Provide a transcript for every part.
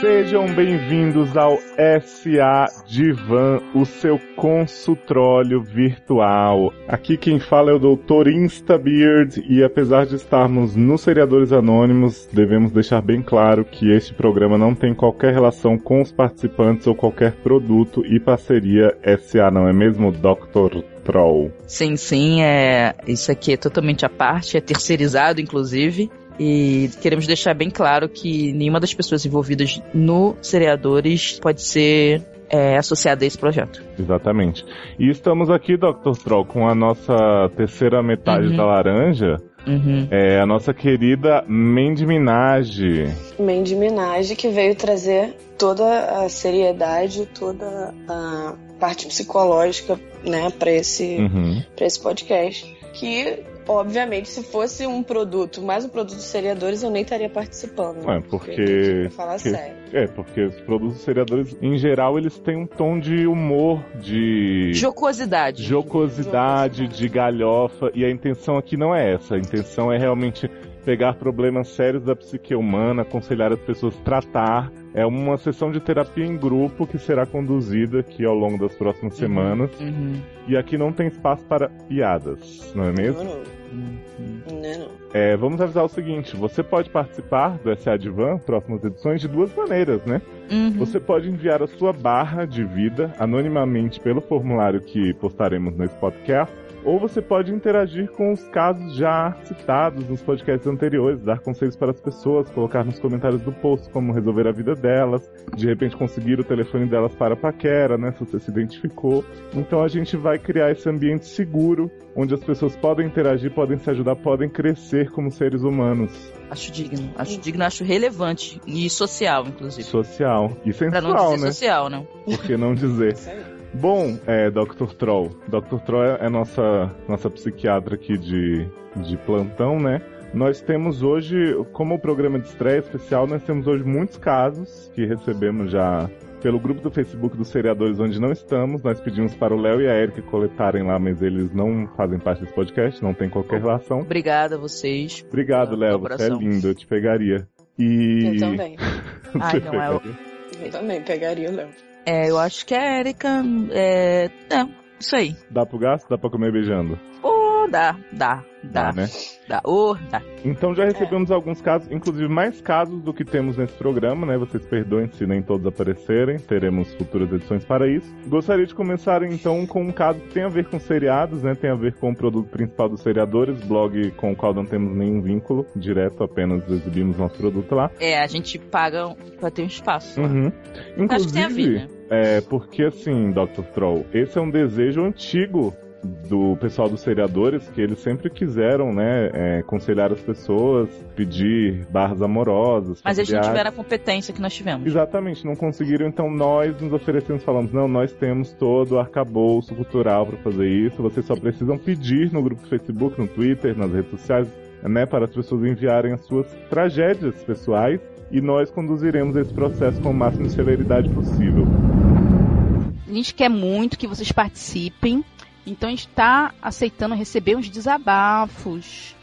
Sejam bem-vindos ao SA Divan, o seu consultório virtual. Aqui quem fala é o Dr. Instabeard e apesar de estarmos nos Seriadores Anônimos, devemos deixar bem claro que este programa não tem qualquer relação com os participantes ou qualquer produto e parceria SA, não é mesmo, Dr. Troll? Sim, sim, é isso aqui é totalmente à parte, é terceirizado inclusive. E queremos deixar bem claro que nenhuma das pessoas envolvidas no Seriadores pode ser é, associada a esse projeto. Exatamente. E estamos aqui, Dr. Troll, com a nossa terceira metade Uhum. da laranja. Uhum. É a nossa querida Mandy Minaj. Mandy Minaj, que veio trazer toda a seriedade, toda a parte psicológica, né, para esse, Uhum. pra esse podcast. Que, obviamente, se fosse um produto, mais um produto de seriadores, eu nem estaria participando. Ué, né? É, porque- Pra falar porque- sério. É, porque os produtos seriadores, em geral, eles têm um tom de humor, de Jocosidade. jocosidade, de galhofa. E a intenção aqui não é essa. A intenção é realmente pegar problemas sérios da psique humana, aconselhar as pessoas a tratar. É uma sessão de terapia em grupo que será conduzida aqui ao longo das próximas Uhum. semanas. Uhum. E aqui não tem espaço para piadas, não é mesmo? né, Não, não. Não, não. É, vamos avisar o seguinte: você pode participar do SA Divan, próximas edições, de duas maneiras, né? Uhum. Você pode enviar a sua barra de vida anonimamente pelo formulário que postaremos nesse podcast, ou você pode interagir com os casos já citados nos podcasts anteriores, dar conselhos para as pessoas, colocar nos comentários do post como resolver a vida delas, de repente conseguir o telefone delas para a paquera, né, se você se identificou. Então a gente vai criar esse ambiente seguro, onde as pessoas podem interagir, podem se ajudar, podem crescer como seres humanos, Acho digno. Acho digno, acho relevante. E social, inclusive. social e Pra não dizer sensual, né? social, não. Por que não dizer? Isso aí. Bom, é, Dr. Troll. Dr. Troll é é nossa, nossa psiquiatra aqui de, de plantão, né? Nós temos hoje, como o programa de estreia especial, nós temos hoje muitos casos que recebemos já pelo grupo do Facebook dos Seriadores, onde não estamos. Nós pedimos para o Léo e a Erika coletarem lá, mas eles não fazem parte desse podcast, não tem qualquer relação. Obrigada a vocês. Obrigado, Ah, Léo. meu Você é coração. lindo, eu te pegaria. E. Eu também. Você Ai, não, é o- pegaria? Eu também pegaria o Léo. É, eu acho que a Erika. É, é, isso aí. Dá pro gasto? Dá pra comer beijando? Pô, dá, dá, dá, né? dá. Ô, dá. Então É. já recebemos alguns casos, inclusive mais casos do que temos nesse programa, né? Vocês perdoem se nem todos aparecerem, teremos futuras edições para isso. Gostaria de começar então com um caso que tem a ver com seriados, né? Tem a ver com o produto principal dos seriadores, blog com o qual não temos nenhum vínculo direto, apenas exibimos nosso produto lá. É, a gente paga pra ter um espaço. lá. Uhum. Acho que tem a Inclusive, ver, né? é, porque assim, Dr. Troll, esse é um desejo antigo do pessoal dos seriadores, que eles sempre quiseram, né, é, aconselhar as pessoas, pedir barras amorosas, Mas eles não familiares. tiveram a competência que nós tivemos. Exatamente, não conseguiram, então nós nos oferecemos, falamos, não, nós temos todo o arcabouço cultural para fazer isso, vocês só precisam pedir no grupo do Facebook, no Twitter, nas redes sociais, né, para as pessoas enviarem as suas tragédias pessoais e nós conduziremos esse processo com o máximo de celeridade possível. A gente quer muito que vocês participem. Então a gente tá aceitando receber uns desabafos.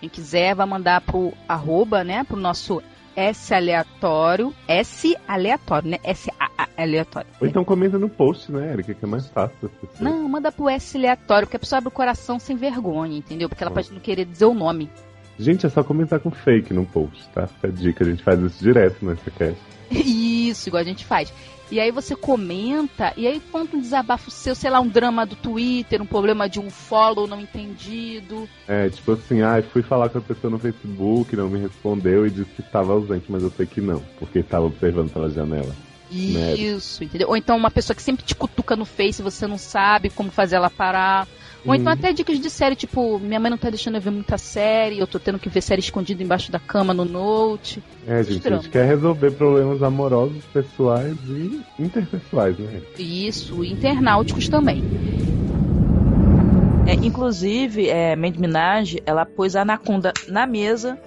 Quem quiser vai mandar pro arroba, né? Pro nosso S aleatório. S aleatório, né? S a, A- aleatório. Ou então comenta no post, né, Erika, que é mais fácil das pessoas. Não, manda pro S aleatório, porque a pessoa abre o coração sem vergonha, entendeu? Porque ela pode não querer dizer o nome. Gente, é só comentar com fake no post, tá? Fica a dica, a gente faz isso direto nessa cast. Isso, igual a gente faz. E aí você comenta, e aí conta um desabafo seu, sei lá, um drama do Twitter, um problema de um follow não entendido. É, tipo assim, ah, fui falar com a pessoa no Facebook, não me respondeu e disse que estava ausente, mas eu sei que não, porque estava observando pela janela. Mérito. Isso, entendeu? Ou então uma pessoa que sempre te cutuca no Face, você não sabe como fazer ela parar. Ou então Hum. até dicas de série, tipo, minha mãe não tá deixando eu ver muita série, eu tô tendo que ver série escondida embaixo da cama no note. É, gente, a gente Drama. quer resolver problemas amorosos, pessoais e interpessoais, né? Isso, e internauticos também. É, inclusive, é, Mandy Minaj, ela pôs a Anaconda na mesa,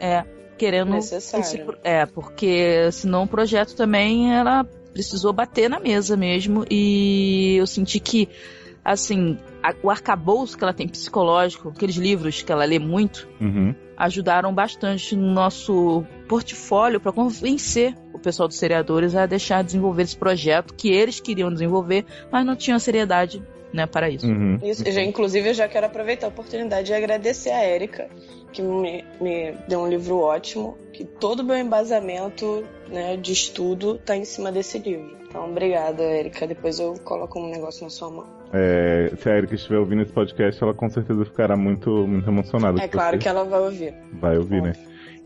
é, querendo... Necessário. né? esse pro- é, porque senão o projeto também, ela precisou bater na mesa mesmo. E eu senti que, assim, a, o arcabouço que ela tem psicológico, aqueles livros que ela lê muito, Uhum. ajudaram bastante no nosso portfólio para convencer o pessoal dos seriadores a deixar desenvolver esse projeto que eles queriam desenvolver, mas não tinham seriedade né, para isso. Uhum. Isso, eu já, inclusive, eu já quero aproveitar a oportunidade e agradecer a Érica, que me, me deu um livro ótimo, que todo o meu embasamento né, de estudo está em cima desse livro. Então, obrigada, Érica. Depois eu coloco um negócio na sua mão. É, se a Erika estiver ouvindo esse podcast, ela com certeza ficará muito, muito emocionada. É com claro você. que ela vai ouvir. Vai ouvir, né?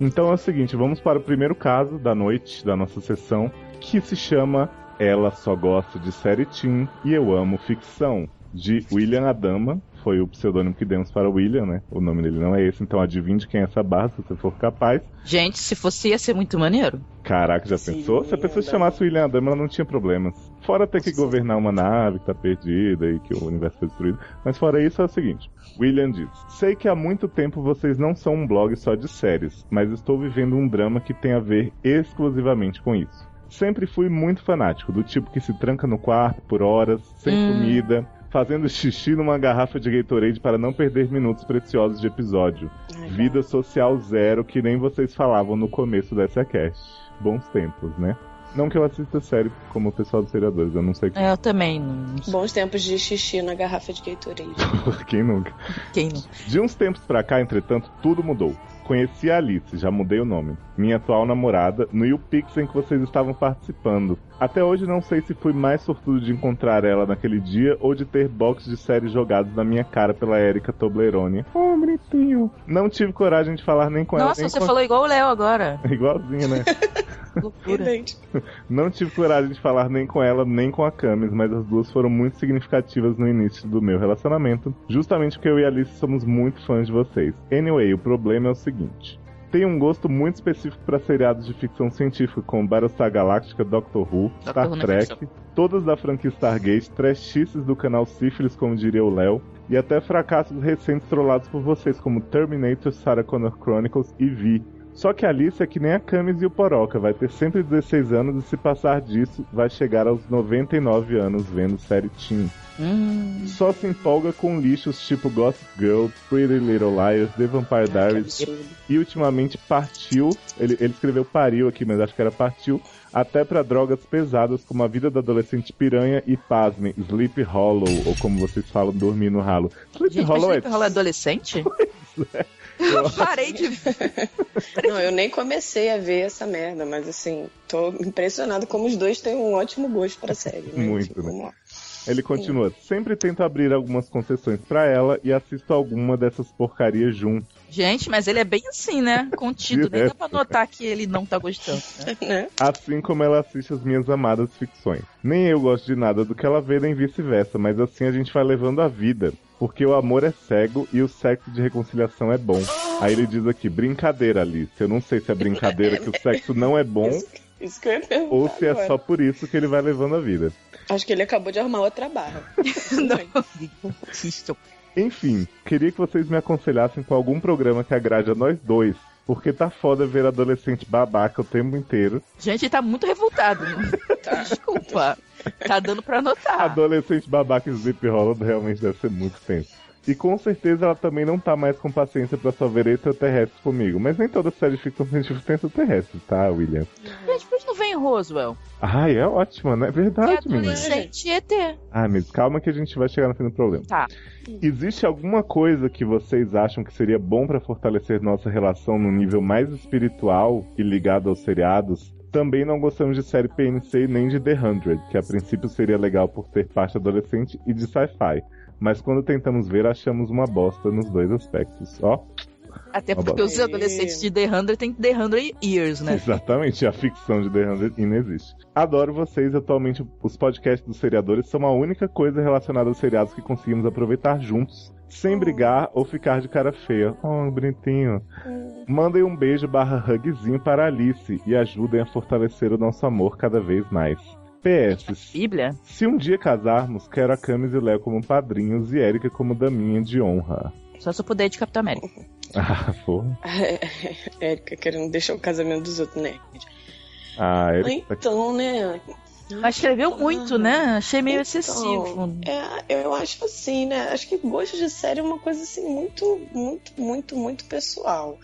Então é o seguinte, vamos para o primeiro caso da noite, da nossa sessão, que se chama Ela Só Gosta de Série Teen e Eu Amo Ficção, de William Adama. Foi o pseudônimo que demos para o William, né? O nome dele não é esse, então adivinhe de quem é essa barra, se você for capaz. Gente, se fosse ia ser muito maneiro. Caraca, já Sim, pensou? Se a pessoa se Adama. chamasse William Adama, ela não tinha problemas. Fora ter que governar uma nave que tá perdida e que o universo foi destruído. Mas fora isso, é o seguinte. William diz, Sei que há muito tempo vocês não são um blog só de séries, mas estou vivendo um drama que tem a ver exclusivamente com isso. Sempre fui muito fanático, do tipo que se tranca no quarto por horas, sem Hum. comida, fazendo xixi numa garrafa de Gatorade para não perder minutos preciosos de episódio. Ai, Vida social zero, que nem vocês falavam no começo dessa cast. Bons tempos, né? Não que eu assista série como o pessoal dos seriadores, eu não sei É, Eu também, não cara. Bons tempos de xixi na garrafa de Gatorade. É. quem nunca. quem não. De uns tempos pra cá, entretanto, tudo mudou. Conheci a Alice, já mudei o nome, minha atual namorada, no YouPix em que vocês estavam participando. Até hoje não sei se fui mais sortudo de encontrar ela naquele dia ou de ter boxes de séries jogados na minha cara pela Erika Toblerone. Oh, bonitinho. Não tive coragem de falar nem com ela. Nossa, nem você com... falou igual o Léo agora. Igualzinho, né? Loucura. Idêntico. Não tive coragem de falar nem com ela, nem com a Camis, mas as duas foram muito significativas no início do meu relacionamento, justamente porque eu e a Alice somos muito fãs de vocês. Anyway, o problema é o seguinte. Tenho um gosto muito específico para seriados de ficção científica como Battlestar Galactica, Doctor Who, Star Who não é Trek, todas da franquia Stargate, trashices do canal Sífilis, como diria o Léo, e até fracassos recentes trollados por vocês como Terminator, Sarah Connor Chronicles e Vi, só que a Alice é que nem a Camis e o Poroca, vai ter sempre 16 anos e se passar disso, vai chegar aos 99 anos vendo série teen. Hum, Só se empolga com lixos tipo Gossip Girl, Pretty Little Liars, The Vampire Que Diaries absurdo. e ultimamente partiu, ele, ele escreveu pariu aqui, mas acho que era partiu, até pra drogas pesadas como a vida da adolescente piranha e pasme, Sleep Hollow, ou como vocês falam, dormir no ralo. Sleep gente, mas Hollow será é... que rola adolescente? Eu parei de ver. Não, eu nem comecei a ver essa merda, mas assim, tô impressionado como os dois têm um ótimo gosto pra série. Né? Muito, Tipo, né? vamos lá. Ele continua. Sempre tento abrir algumas concessões pra ela e assisto alguma dessas porcarias junto. Gente, mas ele é bem assim, né? Contido. Nem dá pra notar que ele não tá gostando. né? Né? Assim como ela assiste as minhas amadas ficções. Nem eu gosto de nada do que ela vê, nem vice-versa, mas assim a gente vai levando a vida. Porque o amor é cego e o sexo de reconciliação é bom. Aí ele diz aqui, brincadeira, Alice. Eu não sei se é brincadeira que o sexo não é bom Isso, isso que eu ia perguntar. ou se é agora. só por isso que ele vai levando a vida. Acho que ele acabou de arrumar outra barra. Não. Isso. Enfim, queria que vocês me aconselhassem com algum programa que agrade a nós dois, porque tá foda ver adolescente babaca o tempo inteiro. Gente, ele tá muito revoltado. Desculpa. Tá dando pra notar. Adolescente babaca e Zip Holland realmente deve ser muito tenso. E com certeza ela também não tá mais com paciência pra só ver extraterrestres comigo. Mas nem toda série de ficção científica tem extraterrestre, tá, William? Gente, por que não vem Roswell? Ai, é ótima, né? É Verdade, menina. adolescente e ET. Ah, mas calma que a gente vai chegar no fim do problema. Tá. Existe alguma coisa que vocês acham que seria bom pra fortalecer nossa relação no nível mais espiritual e ligado aos seriados? Também não gostamos de série PNC nem de The 100, que a princípio seria legal por ter parte adolescente e de sci-fi. Mas quando tentamos ver, achamos uma bosta nos dois aspectos. Ó, Até Uma porque boa. os adolescentes de The 100 tem The 100 Years, né? Exatamente, a ficção de The 100 inexiste. Adoro vocês, atualmente os podcasts dos seriadores são a única coisa relacionada aos seriados que conseguimos aproveitar juntos, sem brigar ou ficar de cara feia. Oh, bonitinho. Mandem um beijo barra hugzinho para a Alice e ajudem a fortalecer o nosso amor cada vez mais. PS, Bíblia? se um dia casarmos, quero a Camis e o Léo como padrinhos e Erika como daminha de honra. Só se eu puder ir de Capitão América. Ah, porra. É, Érica querendo deixar o casamento dos outros, né? Ah, Erika. Então, né? Mas escreveu muito, né? Achei meio Então, excessivo. É, eu acho assim, né? Acho que gosto de série é uma coisa assim muito, muito, muito, muito pessoal.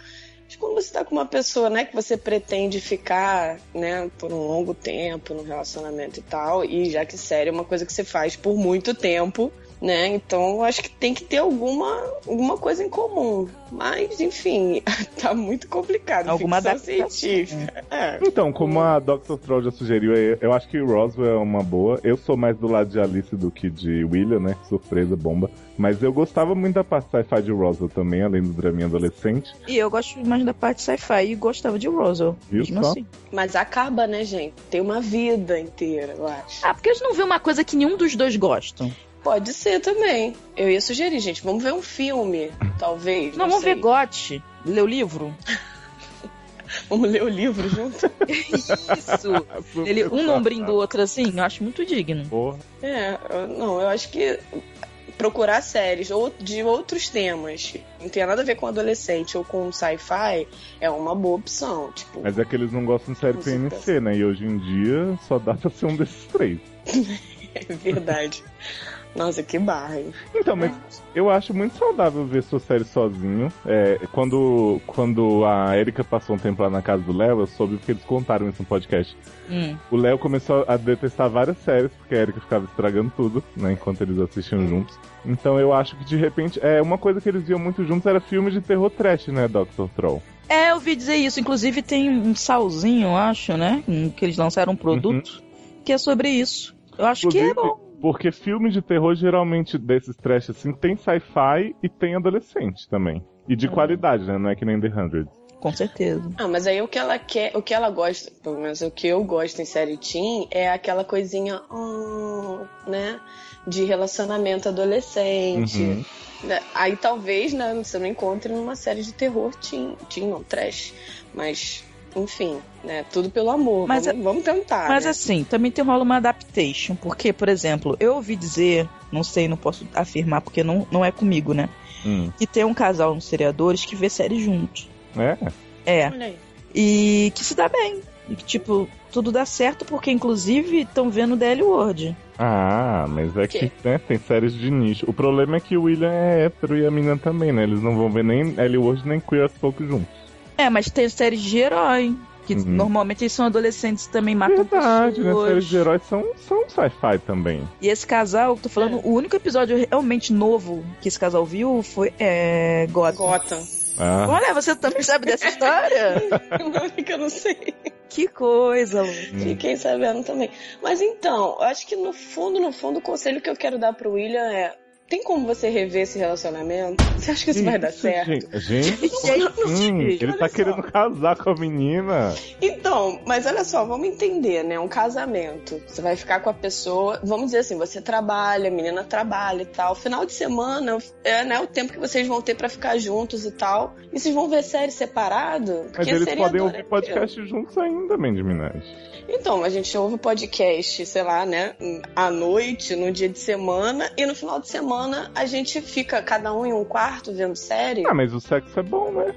Mas quando você tá com uma pessoa, né, que você pretende ficar, né, por um longo tempo no relacionamento e tal, e já que sério é uma coisa que você faz por muito tempo, né? Então eu acho que tem que ter alguma, alguma coisa em comum. Mas, enfim, tá muito complicado. Alguma ficção adaptação. científica. É. Então, como a Dr. Troll já sugeriu, aí, eu acho que Roswell é uma boa. Eu sou mais do lado de Alice do que de William, né? Surpresa, bomba. Mas eu gostava muito da parte sci-fi de Roswell também, além do drama adolescente. E eu gosto mais da parte sci-fi e gostava de Roswell. Viu mesmo só? assim. Mas acaba, né, gente? Tem uma vida inteira, eu acho. Ah, porque eles não vê uma coisa que nenhum dos dois gostam. Pode ser também. Eu ia sugerir, gente, vamos ver um filme, talvez. Não, vamos sei. ver Gote. Ler o livro? Vamos ler o livro junto. Isso! Super Ele, um fácil. ombrinho do outro, assim, eu acho muito digno. Porra. É, eu- não, eu acho que procurar séries ou de outros temas que não tem nada a ver com adolescente ou com sci-fi é uma boa opção. Tipo, Mas é que eles não gostam de série Com certeza. PNC, né? E hoje em dia só dá pra ser um desses três. é verdade. Nossa, que barra. hein? É. Então, mas eu acho muito saudável ver sua série sozinho. É, quando, quando a Erika passou um tempo lá na casa do Léo, eu soube porque eles contaram isso no podcast. Hum. O Léo começou a detestar várias séries, porque a Erika ficava estragando tudo, né? Enquanto eles assistiam juntos. Então eu acho que de repente. É, uma coisa que eles viam muito juntos era filme de terror trash, né, Dr. Troll? É, eu ouvi dizer isso. Inclusive tem um salzinho, eu acho, né? um- Que eles lançaram um produto Uhum. que é sobre isso. Eu acho que é bom. porque filme de terror geralmente desses trash assim tem sci-fi e tem adolescente também. E Uhum. de qualidade, né? Não é que nem The Hundred. Com certeza. Ah, mas aí o que ela quer, o que ela gosta, pelo menos o que eu gosto em série teen é aquela coisinha, hum, né, de relacionamento adolescente. Uhum. Né, Aí talvez, né, você não encontre numa série de terror teen, teen não, trash, mas enfim, né, tudo pelo amor, Mas vamos, vamos tentar. Mas né? assim, também tem rola uma adaptation. Porque, por exemplo, eu ouvi dizer, não sei, não posso afirmar porque não, não é comigo, né? Hum. Que tem um casal nos seriadores que vê série junto. É. É. Olha aí. e que se dá bem. E que, tipo, tudo dá certo, porque inclusive estão vendo DL World. Ah, mas é que Quê? né, tem séries de nicho. O problema é que o William é hétero e a menina também, né? Eles não vão ver nem L Word nem Queer as pouco juntos. É, mas tem séries de herói, que Uhum. normalmente eles são adolescentes e também matam Verdade, né? pessoas. Séries de heróis são, são sci-fi também. E esse casal, que eu tô falando, o único episódio realmente novo que esse casal viu foi é, Gotham. Gotham. Ah, Olha, você também sabe dessa história? Não, que eu não sei. que coisa, Lu. hum. Fiquei sabendo também. Mas então, eu acho que no fundo, no fundo, o conselho que eu quero dar pro William é: tem como você rever esse relacionamento? Você acha que isso vai dar Isso, certo? Gente, gente hum, Gente, ele tá olha só. querendo casar com a menina. Então, mas olha só, vamos entender, né? Um casamento. Você vai ficar com a pessoa, vamos dizer assim, você trabalha, a menina trabalha e tal. Final de semana é né, o tempo que vocês vão ter pra ficar juntos e tal. E vocês vão ver série separado? Mas Porque é eles seria podem adora- ouvir podcast juntos ainda, Mandy Minaj. Então, a gente ouve podcast, sei lá, né? À noite, no dia de semana. E no final de semana a gente fica cada um em um quarto vendo série. Ah, mas o sexo é bom, né?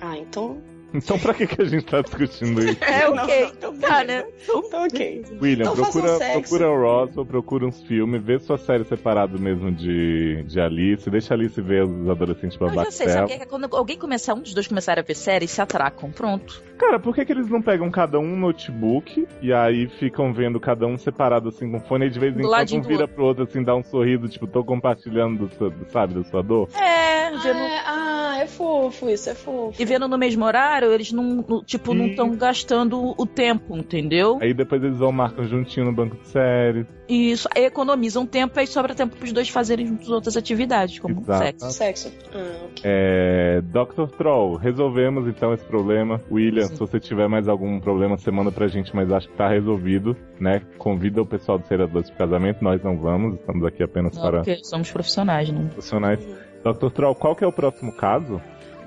Ah, então. Então pra que, que a gente tá discutindo isso? É, Não, ok. não, então Tá, beleza. né? Então, ok. William, Então façam procura, sexo. procura o Roswell, procura uns filmes, vê sua série separado mesmo de, de Alice, deixa a Alice ver os adolescentes Eu já babacos sei, sabe o dela. que é que quando alguém começar, um dos dois começar a ver séries, se atracam. Pronto. Cara, por que, que eles não pegam cada um um notebook e aí ficam vendo cada um separado assim com fone e de vez em Do quando ladinho um do vira pro outro assim, dá um sorriso, tipo, tô compartilhando, do seu- do- sabe, da sua dor? É, Ah, vendo- é, ah, é fofo isso, é fofo. e vendo no mesmo horário, eles não, no- tipo, não Sim. estão gastando o tempo, entendeu? Aí depois eles vão marcam juntinho no banco de séries. E isso aí economizam tempo, aí sobra tempo pros dois fazerem juntos outras atividades, como Exato. sexo. Sexo. Ah, ok. É, Dr. Troll, resolvemos então esse problema. William, Sim. se você tiver mais algum problema, você manda pra gente, mas acho que tá resolvido, né? Convida o pessoal do Seriadores pro casamento, nós não vamos, estamos aqui apenas Não, para porque somos profissionais, né? profissionais. Dr. Troll, qual que é o próximo caso?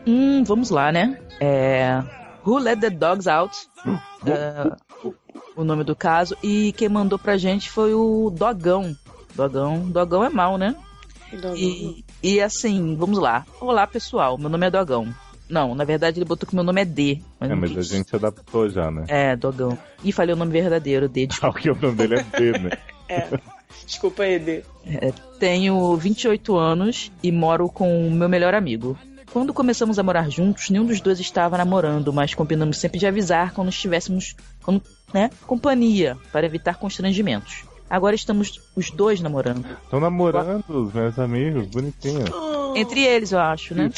Hum, vamos lá, né? É. Who Let the Dogs Out? é, o nome do caso. E quem mandou pra gente foi o Dogão. Dogão, Dogão é mal, né? Então, E, e assim, vamos lá. Olá, pessoal. Meu nome é Dogão. Não, na verdade ele botou que meu nome é D. Mas É, não mas a quis. gente se adaptou já, né? É, Dogão. Ih, falei o nome verdadeiro, D. Ah, o que o nome dele é D, né? Desculpa, Ed. Tenho 28 anos e moro com o meu melhor amigo. Quando começamos a morar juntos, nenhum dos dois estava namorando, mas combinamos sempre de avisar quando estivéssemos quando, né, companhia, para evitar constrangimentos. Agora estamos os dois namorando. Estão namorando, os meus amigos, bonitinho. Oh. Entre eles, eu acho, né?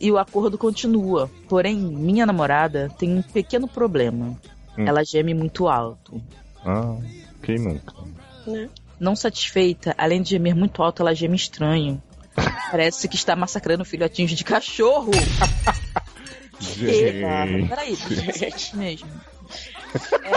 e o acordo continua. Porém, minha namorada tem um pequeno problema. Hum. Ela geme muito alto. Ah, quem nunca? Né? Não satisfeita, além de gemer muito alto, ela geme estranho. Parece que está massacrando filhotinhos de cachorro. Gente. Peraí, Gente. mesmo.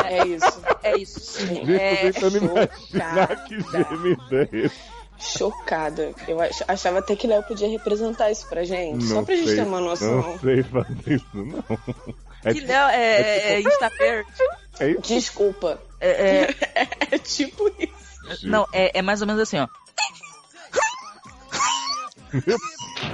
É isso. É isso, sim. Gente, É, tô tentando imaginar chocada. que gemido é esse. Chocada. Eu ach- achava até que Léo podia representar isso pra gente. só Não pra gente sei, ter uma noção. Não sei fazer isso, não. É, tipo- que Léo é, é, é Instaper. é isso, Desculpa. É, é- É tipo isso. gente. não, é, é mais ou menos assim, ó.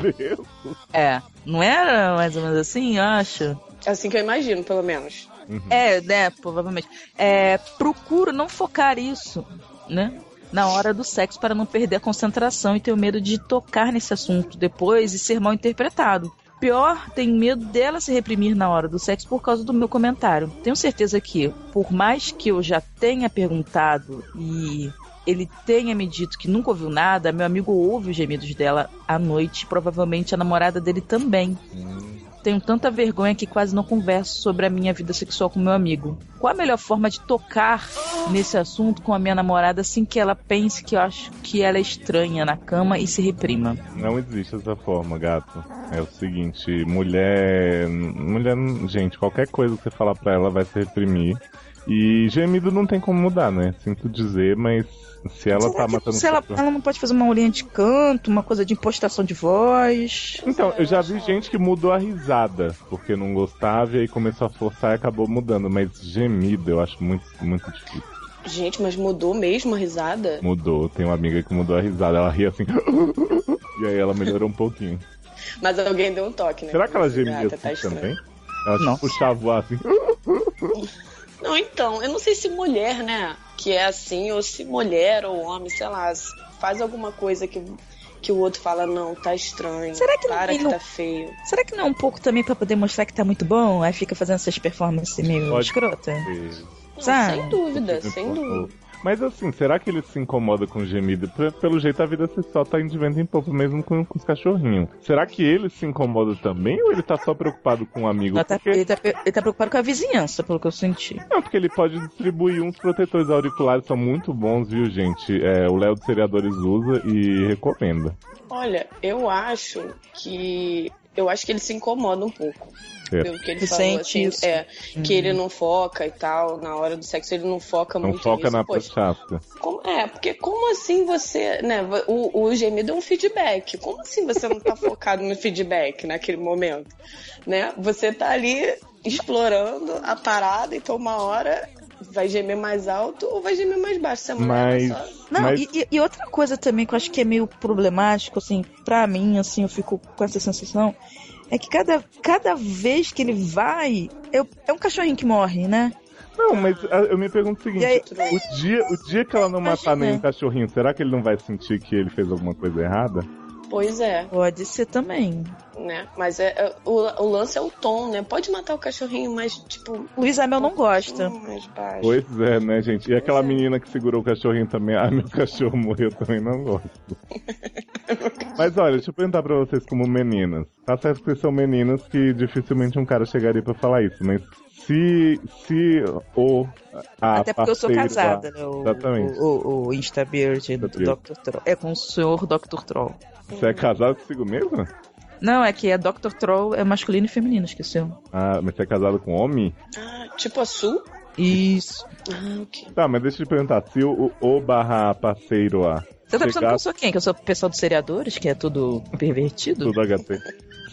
Meu Deus. É. Não era mais ou menos assim, eu acho? Assim que eu imagino, pelo menos. Uhum. É, né, provavelmente. É, procuro não focar isso, né? Na hora do sexo para não perder a concentração e tenho medo de tocar nesse assunto depois e ser mal interpretado. Pior, tenho medo dela se reprimir na hora do sexo por causa do meu comentário. Tenho certeza que, por mais que eu já tenha perguntado e ele tenha me dito que nunca ouviu nada, meu amigo ouve os gemidos dela à noite, provavelmente a namorada dele também. Tenho tanta vergonha que quase não converso sobre a minha vida sexual com meu amigo. Qual a melhor forma de tocar nesse assunto com a minha namorada sem que ela pense que eu acho que ela é estranha na cama e se reprima? Não existe essa forma, gato. É o seguinte, mulher. Mulher. Gente, qualquer coisa que você falar pra ela vai se reprimir. E gemido não tem como mudar, né? Sinto dizer, mas se ela tá matando. se ela, cachorro- ela não pode fazer uma olhinha de canto, uma coisa de impostação de voz. Então, eu já acho vi que- gente que mudou a risada porque não gostava e aí começou a forçar e acabou mudando. Mas gemido eu acho muito, muito difícil. Gente, mas mudou mesmo a risada? Mudou. Tem uma amiga que mudou a risada. Ela ria assim. e aí ela melhorou um pouquinho. Mas alguém deu um toque, né? Será que ela Nossa, gemia gata, tá assim estranho. também? Ela Nossa. tipo, puxava o ar assim. Não, então, eu não sei se mulher, né, que é assim, ou se mulher ou homem, sei lá, se faz alguma coisa que, que o outro fala, não, tá estranho. Será que não Para tem que no- tá feio. Será que não é um pouco também pra poder mostrar que tá muito bom? Aí fica fazendo essas performances meio Pode. escrota? Não, Sabe? sem dúvida, sem dúvida. Tipo, Mas assim, será que ele se incomoda com o gemido? Pe- Pelo jeito, a vida sexual tá indo de vento em pouco, mesmo com, com os cachorrinhos. Será que ele se incomoda também ou ele tá só preocupado com o um amigo? Ela tá- Porque- ele, tá, ele tá preocupado com a vizinhança, pelo que eu senti. Não, porque ele pode distribuir uns protetores auriculares, são muito bons, viu, gente? É, o Léo dos Seriadores usa e recomenda. Olha, eu acho que. Eu acho que ele se incomoda um pouco. É. Pelo que ele Tu falou, sente assim, isso? Uhum. é, que ele não foca e tal, na hora do sexo ele não foca Não muito Então foca nisso. na Poxa, prochasca. como- é, porque como assim você, né, o, o gemido é um feedback, como assim você não tá focado no feedback naquele momento, né, você tá ali explorando a parada, então uma hora vai gemer mais alto ou vai gemer mais baixo, você é Mas- Não, Mas- e- e, e outra coisa também que eu acho que é meio problemático, assim, pra mim, assim, eu fico com essa sensação, é que cada, cada vez que ele vai, eu- é um cachorrinho que morre, né? Não, mas ah, eu me pergunto o seguinte: E aí- o, dia, o dia que ela não matar Imagina. nenhum cachorrinho, será que ele não vai sentir que ele fez alguma coisa errada? Pois é. Pode ser também. né? Mas é, é- o, o lance é o tom, né? Pode matar o cachorrinho, mas tipo. Luiz Amel não gosta. hum, mais baixo. Pois é, né, gente? E aquela é. menina que segurou o cachorrinho também. Ah, meu cachorro morreu também, não gosto. Mas olha, deixa eu perguntar pra vocês como meninas. Tá certo que são meninas que dificilmente um cara chegaria pra falar isso, mas se. se ou. a Até porque eu sou parceira- casada, né? O, Ah, Exatamente. O, o, o Instabeard do Instabeard. Dr. Troll. É com o senhor Dr. Troll. Você é casada consigo mesmo? Não, é que é Dr. Troll é masculino e feminino, esqueceu. Ah, mas você é casado com homem? Ah, tipo a Su? Isso. Ah, ok. Tá, mas deixa eu te perguntar. Se o, o barra parceiro A Você tá pensando Chegar- que eu sou quem? Que eu sou o pessoal dos seriadores, que é tudo pervertido? Tudo HT.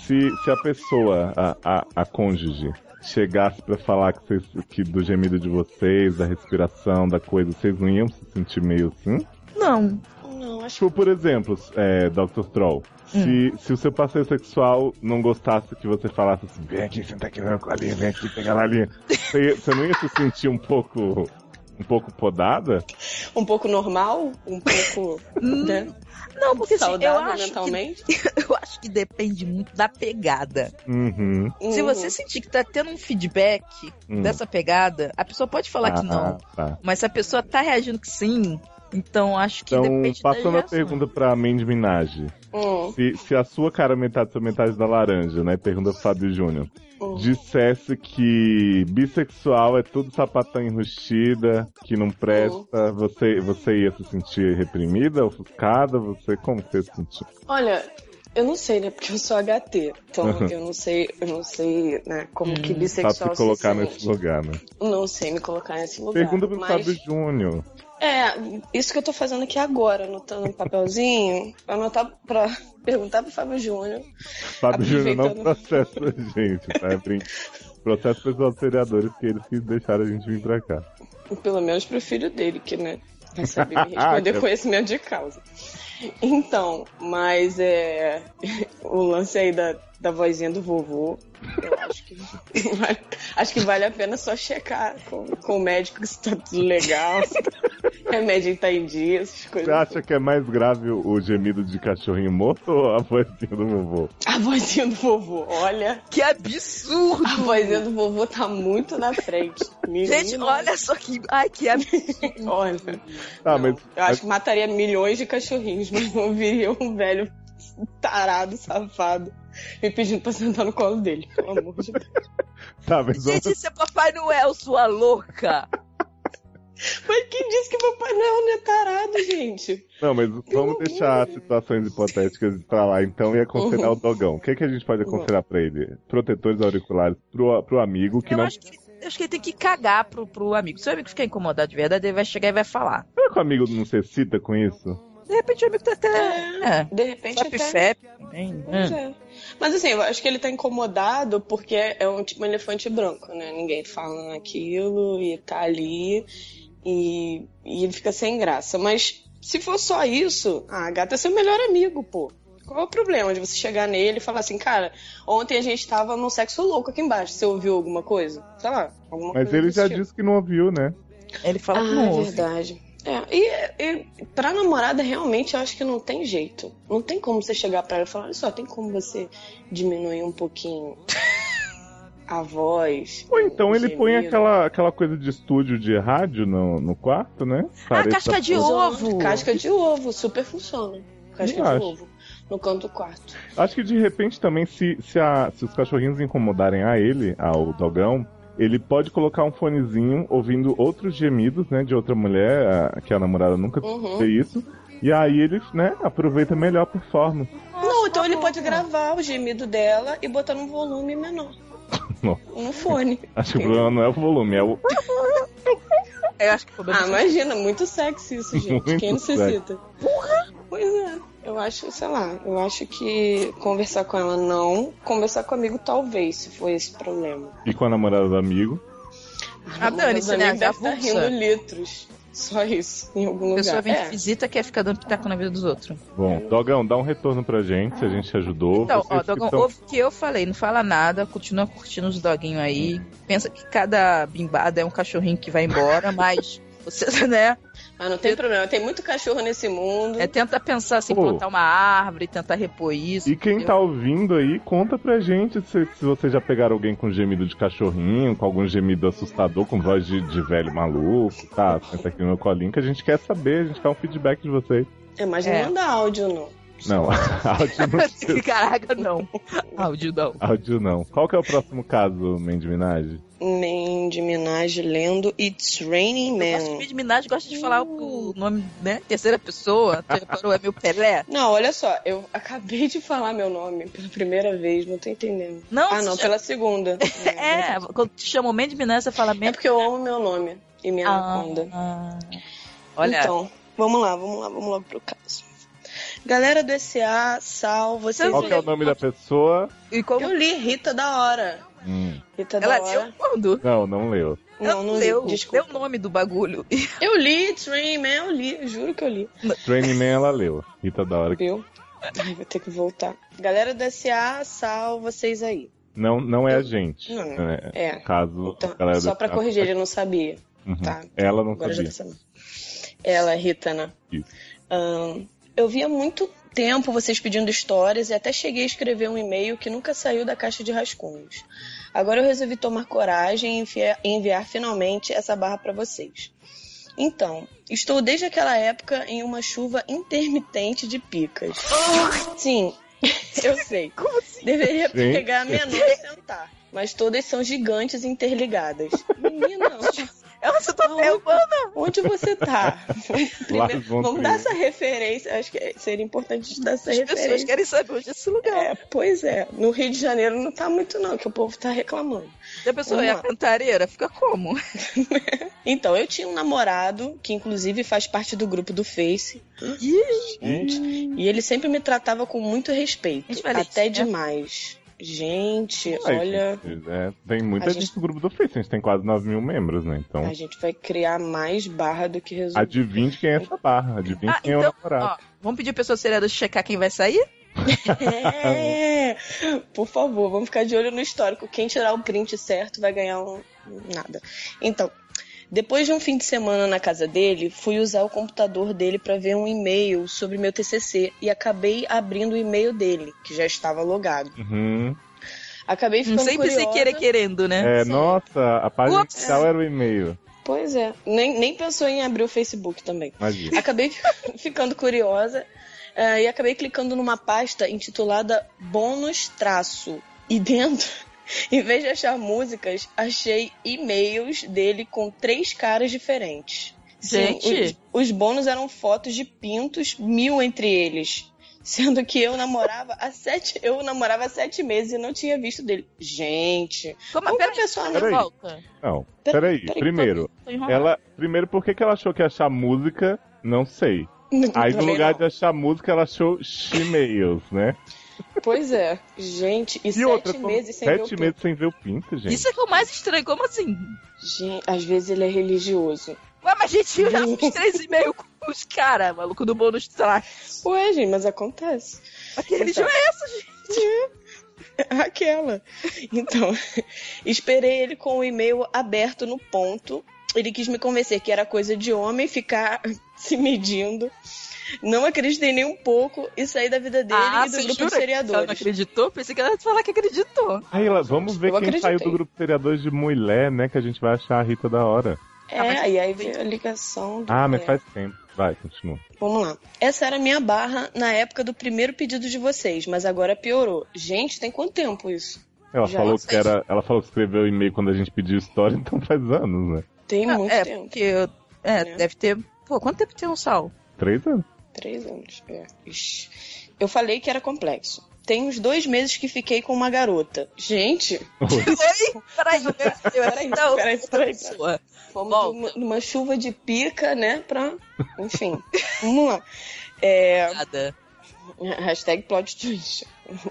Se, se a pessoa, a, a, a cônjuge, chegasse pra falar que, vocês, que do gemido de vocês, da respiração, da coisa, vocês não iam se sentir meio assim? Não. Não, acho Tipo, por exemplo, é, Dr. Troll, se, Hum. se o seu parceiro sexual não gostasse que você falasse assim, vem aqui, senta aqui na minha colinha, vem aqui, pega na linha, você, você não ia se sentir um pouco... Um pouco podada? que um pouco normal, um pouco. né? Não, porque assim, eu Saudável né, acho que mentalmente. Eu que depende muito da pegada. Uhum. Se você sentir que tá tendo um feedback Hum. dessa pegada, a pessoa pode falar que não. Ah, tá. Mas se a pessoa tá reagindo que sim, então acho que Então, depende das passando a reações. pergunta pra Mandy Minaj. Hum, Se, se a sua cara é metade sua metade da laranja, né? Pergunta pro Fábio Júnior. hum. Dissesse que bissexual é tudo sapatão enrustida, que não presta, Oh. você, você ia se sentir reprimida, ofuscada? Você, como que você se sentiu? Olha, eu não sei, né? Porque eu sou HT. Então Uhum. eu não sei, eu não sei, né, como que Hum, Pra bissexual se colocar se nesse sente. lugar, né? Não sei me colocar nesse lugar. Pergunta pro mas... Fábio Júnior. É, isso que eu tô fazendo aqui agora, anotando um papelzinho, pra anotar pra perguntar pro Fábio Júnior. Fábio Júnior não Aproveitando. processa a gente, tá? É brin- Processa os pessoal vereadores, porque eles que deixaram a gente vir pra cá. Pelo menos pro filho dele, que, né? Vai saber me Ah, responder conhecimento de causa. Então, mas é. O lance aí da, da vozinha do vovô, eu acho que. vale- acho que vale a pena só checar com, com o médico se tá tudo legal, se tá- remédio tá em dia, essas Você coisas. acha que é mais grave o o gemido de cachorrinho morto ou a vozinha do vovô? A vozinha do vovô, olha. Que absurdo! A vozinha do vovô tá muito na frente. Menina, Gente, olha só que. Ai, que absurdo. Olha. Tá, Não, mas Eu acho que mataria milhões de cachorrinhos, mas não viria um velho tarado, safado, me pedindo pra sentar no colo dele, pelo amor de Deus. tá, mas Gente, isso é Papai Noel, sua louca! Mas quem disse que Papai Noel não é tarado, gente? Não, mas vamos deixar situações hipotéticas pra lá, então, e aconselhar o dogão. O que, que a gente pode aconselhar pra ele? Protetores auriculares pro, pro amigo que Eu não. acho que, eu acho que ele tem que cagar pro, pro amigo. Se o amigo ficar incomodado de verdade, ele vai chegar e vai falar. Será que o amigo não se excita com isso? De repente o amigo tá até. É. né? De repente Fap até... Fap. hein? Pois é. Mas assim, eu acho que ele tá incomodado porque é um tipo um elefante branco, né? Ninguém fala naquilo e tá ali e, e ele fica sem graça. Mas se for só isso, ah, a gata é seu melhor amigo, pô. Qual é o problema de você chegar nele e falar assim, cara, ontem a gente tava num sexo louco aqui embaixo, você ouviu alguma coisa? Sei lá, alguma Mas coisa ele desse já tipo. disse que não ouviu, né? Ele fala que Ah, não é ouve. verdade. É, e, e pra namorada, realmente, eu acho que não tem jeito. Não tem como você chegar pra ela e falar, olha só, tem como você diminuir um pouquinho a voz. Ou então o ele põe gemido. aquela, aquela coisa de estúdio de rádio no, no quarto, né? Parece- casca de Usa uma ovo. Casca de ovo, super funciona. Casca Eu de acho. ovo. No canto do quarto. Acho que de repente também, se, se, a- se os cachorrinhos incomodarem a ele, ao dogão, ele pode colocar um fonezinho ouvindo outros gemidos, né, de outra mulher, a- que a namorada nunca Uhum. vê isso. E aí ele, né, aproveita melhor a performance. Não, então ele pode gravar o gemido dela e botar num volume menor. Nossa. Um fone. Acho que o problema não é o volume, é o. Eu acho que o problema Ah, imagina, muito sexy isso, gente. Muito Quem necessita? Porra! Pois é. Eu acho, sei lá, eu acho que conversar com ela não, conversar com o amigo talvez, se for esse o problema. E com a namorada do amigo. Ah, dane-se, né? Deve Avulsa. estar rindo litros. Só isso, em algum A lugar. pessoa vem de É. visita quer ficar dando pitaco na vida dos outros. Bom, Dogão, dá um retorno pra gente, a gente ajudou. Então, Vocês ó, que Dogão, são- ouve o que eu falei, não fala nada, continua curtindo os doguinhos aí. Pensa que cada bimbada é um cachorrinho que vai embora, mas você, né? Mas não tem problema, tem muito cachorro nesse mundo. É, tenta pensar assim, Pô. plantar uma árvore, tentar repor isso. E quem entendeu? tá ouvindo aí, conta pra gente se, se você já pegaram alguém com gemido de cachorrinho, com algum gemido assustador, com voz de, de velho maluco, tá? Senta aqui no meu colinho que a gente quer saber, a gente quer um feedback de vocês. É, mas não É. manda áudio, não. Não, áudio não. Caraca, não. Áudio não. Áudio não. Qual que é o próximo caso, Mandy Minaj? Mandy Minaj lendo It's Raining Eu gosto de Man. Mandy Minaj, gosta de falar o nome, né? Terceira pessoa, tu reparou, é meu Pelé. Não, olha só, eu acabei de falar meu nome pela primeira vez, não tô entendendo. Não, ah, não, se- pela segunda. é, quando te chamam Mandy Minaj, você fala É Mandy porque eu amo meu nome e minha anaconda. Ah, olha, Então, vamos lá, vamos lá, vamos logo pro caso. Galera do SA, Sal, vocês. Qual que é o nome da pessoa? e como Eu li Rita da Hora. Hum, Rita da ela Hora. leu quando? não, não leu. Não, não li. leu, leu Desculpa. o nome do bagulho. Eu li, Dream, Man, eu li, eu juro que eu li. Training Man ela leu. Rita da hora. que- Viu? Ai, vou ter que voltar. Galera do SA, Sal, vocês aí. Não, não é a gente. Não, não. né? É. Caso Então, a galera só do- pra corrigir, ele não sabia. Uhum. Tá. Ela não Agora sabia. já tá sabendo. Ela, Rita, né? Isso. Ahn, eu via muito tempo vocês pedindo histórias e até cheguei a escrever um e-mail que nunca saiu da caixa de rascunhos. Agora eu resolvi tomar coragem e enviar, enviar finalmente essa barra para vocês. Então, estou desde aquela época em uma chuva intermitente de picas. Sim, eu sei. assim? Deveria Sim. pegar a menor e sentar. Mas todas são gigantes interligadas. Menina, onde- Ela se tá Não. onde você tá? Lá vão vamos ter- dar essa referência. Acho que seria importante dar essa As pessoas referência. querem saber onde é esse lugar. É, pois é. No Rio de Janeiro não tá muito, não, que o povo tá reclamando. E a pessoa Vamos é lá. a cantareira, fica como? Então, eu tinha um namorado, que inclusive faz parte do grupo do Face, Gente, e ele sempre me tratava com muito respeito. Gente, valente, até né? demais. Gente, aí, olha. gente, é, tem muita A gente... gente- do grupo do Face, a gente tem quase 9 mil membros, né? Então, A gente vai criar mais barra do que resolver. adivinhe de quem é essa barra, adivinhe Ah, quem é o então, namorado. Ó, vamos pedir a pessoa seriadora checar quem vai sair? É! Por favor, vamos ficar de olho no histórico. Quem tirar o print certo vai ganhar um. Nada. Então, depois de um fim de semana na casa dele, fui usar o computador dele para ver um e-mail sobre meu TCC e acabei abrindo o e-mail dele, que já estava logado. Uhum. Acabei ficando Sempre curiosa. sem querer querendo, né? É, Sim. nossa, a página Ups. inicial era o e-mail. Pois é. Nem, nem pensou em abrir o Facebook também. Imagina. acabei fi- ficando curiosa eh, e acabei clicando numa pasta intitulada Bônus Traço. E dentro, em vez de achar músicas, achei e-mails dele com três caras diferentes. Sim, Gente. os, os bônus eram fotos de pintos, mil entre eles. Sendo que eu namorava há sete. Eu namorava há sete meses e não tinha visto dele. Gente. Como, Como que a peraí, pessoa peraí, não- volta. Não, Pera- peraí. peraí, Primeiro, Tô enrolada. ela. Primeiro, por que, que ela achou que ia achar música? Não sei. não- Aí, no também lugar não. de achar música, ela achou Shemales, né? Pois é. Gente, e, E sete outra, como- meses sem ver o sete pinto. meses sem ver o pinto, gente. Isso é que é o mais estranho, como assim? Gente, às vezes ele é religioso. Ué, mas gente, eu já fiz três e meio com os caras, maluco do bônus track. Ué, gente, mas acontece. É Mas que religião é essa, gente? Aquela. Então, esperei ele com o e-mail aberto no ponto. Ele quis me convencer que era coisa de homem ficar se medindo. Não acreditei nem um pouco e saí da vida dele e do você grupo Ah, jura de que Ela não seriadores. acreditou? Pensei que ela ia falar que acreditou. Aí, ela, vamos ver Eu quem saiu acreditei. do grupo de seriadores de mulher, né? Que a gente vai achar a Rita da hora. É, Ah, mas- e aí veio a ligação. do- Ah, mas é. faz tempo. Vai, continua. Vamos lá. Essa era a minha barra na época do primeiro pedido de vocês, mas agora piorou. Gente, tem quanto tempo isso? Ela Já falou não que era. Ela falou que escreveu e-mail quando a gente pediu história, então faz anos, né? Tem muito é, tempo. porque eu- é, Né? deve ter. Pô, quanto tempo tem um sal? Três anos. Três anos. É. Ixi. Eu falei que era complexo. Tem uns dois meses que fiquei com uma garota. Gente, Oi? Peraí, eu era Peraí, então, peraí, peraí. pessoa. fomos Volta. numa, numa chuva de pica, né? Pra. Enfim. Vamos lá. É, Nada. hashtag plot twist.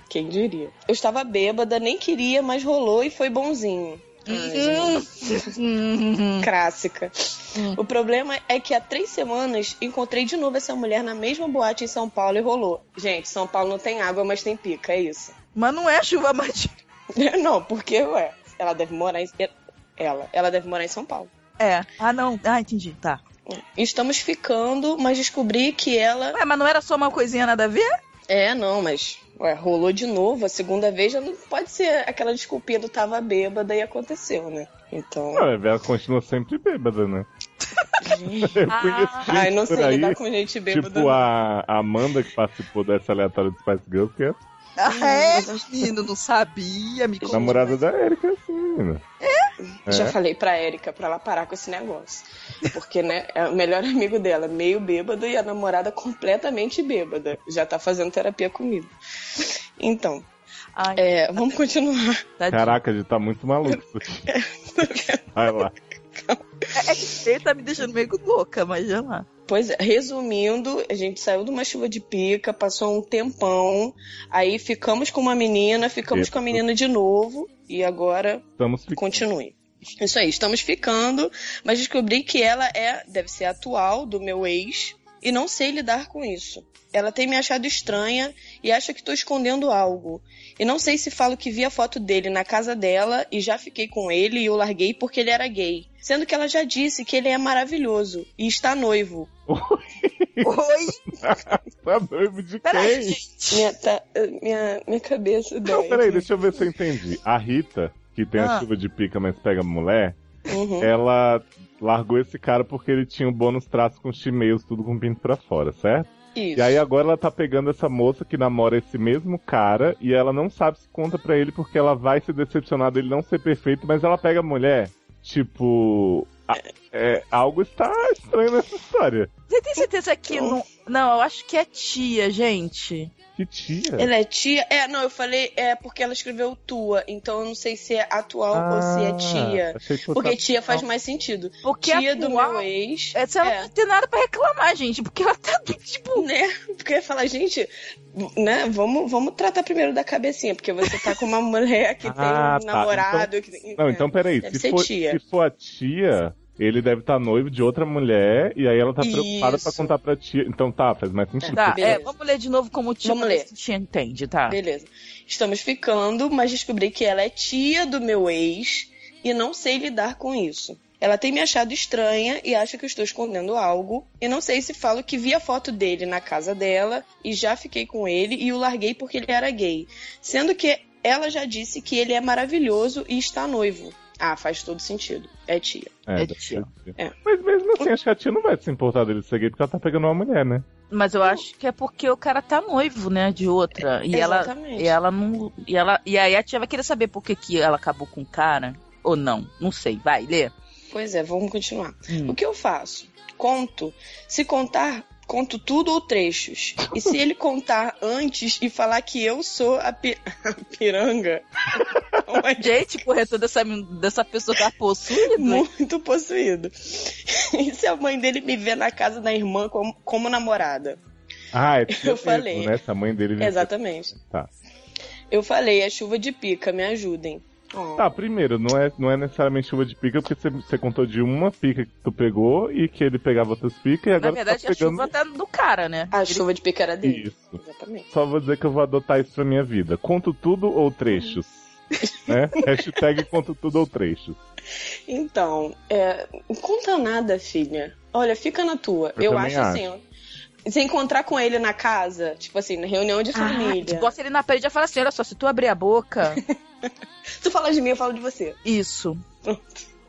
Quem diria? Eu estava bêbada, nem queria, mas rolou e foi bonzinho. Ai, Hum. Clássica. Hum. O problema é que há três semanas encontrei de novo essa mulher na mesma boate em São Paulo e rolou. Gente, São Paulo não tem água, mas tem pica, é isso. Mas não é chuva mais. Não, porque, ué, ela deve morar em. é, Ela, ela deve morar em São Paulo. É. Ah, não. Ah, entendi. Tá. Estamos ficando, mas descobri que ela. Ué, mas não era só uma coisinha nada a ver? É, não, mas. Ué, rolou de novo. A segunda vez já não pode ser aquela desculpinha do tava bêbada e aconteceu, né? Então. Ah, ela continua sempre bêbada, né? Eu Ah. conheço gente Ai, não sei por aí, lidar com gente bêbada. Tipo a a Amanda que participou dessa aleatória do Spice Girls, que é a Ah, é? Menino, não sabia. Me contou. namorada da Erika, assim, menina. É? Já falei pra Érica pra ela parar com esse negócio. Porque, né, é o melhor amigo dela, meio bêbado, e a namorada completamente bêbada. Já tá fazendo terapia comigo. Então, Ai, é, vamos continuar. tadinho. Caraca, a gente tá muito maluco. isso aqui. Vai lá. É que ele tá me deixando meio louca, mas já lá. Pois é, resumindo, a gente saiu de uma chuva de pica, passou um tempão, aí ficamos com uma menina, ficamos Isso. com a menina de novo, e agora Estamos ficando. continue. Isso aí, estamos ficando, mas descobri que ela é, deve ser atual do meu ex, e não sei lidar com isso. Ela tem me achado estranha e acha que estou escondendo algo. E não sei se falo que vi a foto dele na casa dela e já fiquei com ele e o larguei porque ele era gay. Sendo que ela já disse que ele é maravilhoso e está noivo. Oi? Tá noivo de Peraí, quem? Minha, tá- minha, minha cabeça dói. Não, peraí, deixa eu ver se eu entendi. A Rita, que tem a Ah. chuva de pica, mas pega mulher, É, Uhum. ela largou esse cara porque ele tinha um bônus traço com chimeios, tudo com pinto pra fora, certo? Isso. E aí agora ela tá pegando essa moça que namora esse mesmo cara e ela não sabe se conta pra ele porque ela vai se decepcionar dele não ser perfeito, mas ela pega a mulher. Tipo. a- é, algo está estranho nessa história. Você tem certeza que não. Não, eu acho que é tia, gente. Que tia. Ela é tia? É, não, eu falei é porque ela escreveu tua, então eu não sei se é atual ou se Ah, é tia. Achei que fosse Porque tia faz mais sentido. Porque tia a do é atual- meu ex. É, se ela É. não tem nada pra reclamar, gente, porque ela tá, tipo, Né? Porque eu ia falar, gente, né? Vamos, vamos tratar primeiro da cabecinha, porque você tá com uma mulher que tem Ah, um tá. namorado. que tem- Não, então peraí. É, Deve Se ser for, tia. se for a tia, ele deve estar noivo de outra mulher e aí ela tá Isso. preocupada pra contar pra tia. Então tá, faz mais sentido. Tá, Beleza. é, vamos ler de novo como tia. Vamos pra ver ler. se a gente entende, tá? Beleza. Estamos ficando, mas descobri que ela é tia do meu ex e não sei lidar com isso. Ela tem me achado estranha e acha que eu estou escondendo algo. E não sei se falo que vi a foto dele na casa dela e já fiquei com ele e o larguei porque ele era gay. Sendo que ela já disse que ele é maravilhoso e está noivo. Ah, faz todo sentido. É tia. É, É deve tia. ser. É. Mas mesmo assim, acho que a tia não vai se importar dele ser gay porque ela tá pegando uma mulher, né? Mas eu acho que é porque o cara tá noivo, né, de outra. E ela, Exatamente. e ela não. E, ela, e aí a tia vai querer saber por que, que ela acabou com o cara. Ou não, não sei. Vai, lê. Pois é, vamos continuar. Hum. O que eu faço? Conto. Se contar, conto tudo ou trechos. E se ele contar antes e falar que eu sou a, pi- a piranga, é Gente, corretor dessa, dessa pessoa tá possuída. né? muito possuído. E se a mãe dele me vê na casa da irmã como, como namorada? Ah, é tia Eu mesmo, falei. É. Né? Se a mãe dele... Exatamente. Tá. Eu falei, é chuva de pica, me ajudem. Ó, Tá, primeiro, não é, não é necessariamente chuva de pica, porque você, você contou de uma pica que tu pegou e que ele pegava outras picas e Na agora tu verdade, tá a pegando... chuva tá do cara, né? A chuva de pica era dele. Isso. Exatamente. Só vou dizer que eu vou adotar isso pra minha vida. Conto tudo ou trechos? Uhum. né? Hashtag conto tudo ou trechos. Então, é, não conta nada, filha. Olha, fica na tua. Eu Eu, também acho, assim, ó. Se encontrar com ele na casa, tipo assim, na reunião de família. Bota ele na parede e fala assim: olha só, se tu abrir a boca. Tu fala de mim, eu falo de você. Isso.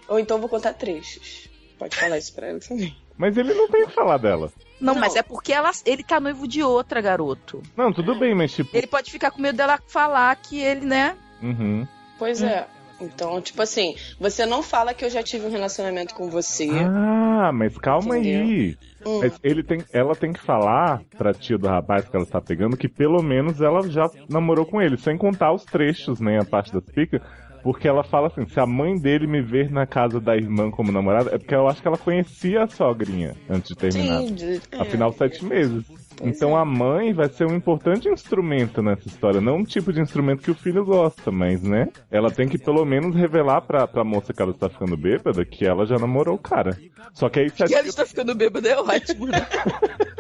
Ou então eu vou contar trechos. Pode falar isso pra ela também. Mas ele não tem o que falar dela. Não, Não. mas é porque ela, ele tá noivo de outra, garoto. Não, tudo bem, mas tipo. Ele pode ficar com medo dela falar que ele, né? Uhum. Pois é. Então, tipo assim, você não fala que eu já tive um relacionamento com você. Ah, é mas calma aí. Hum, Mas ele tem, ela tem que falar pra tia do rapaz que ela está pegando que pelo menos ela já namorou com ele, sem contar os trechos, nem a parte das picas. Porque ela fala assim: se a mãe dele me ver na casa da irmã como namorada, é porque eu acho que ela conhecia a sogrinha antes de terminar. sim, de- é. Afinal, sete meses. Então a mãe vai ser um importante instrumento nessa história. Não um tipo de instrumento que o filho gosta, mas, né? Ela tem que pelo menos revelar pra, pra moça que ela está ficando bêbada que ela já namorou o cara. Só que aí se a Que ela tia, está ficando bêbada é ótimo, né?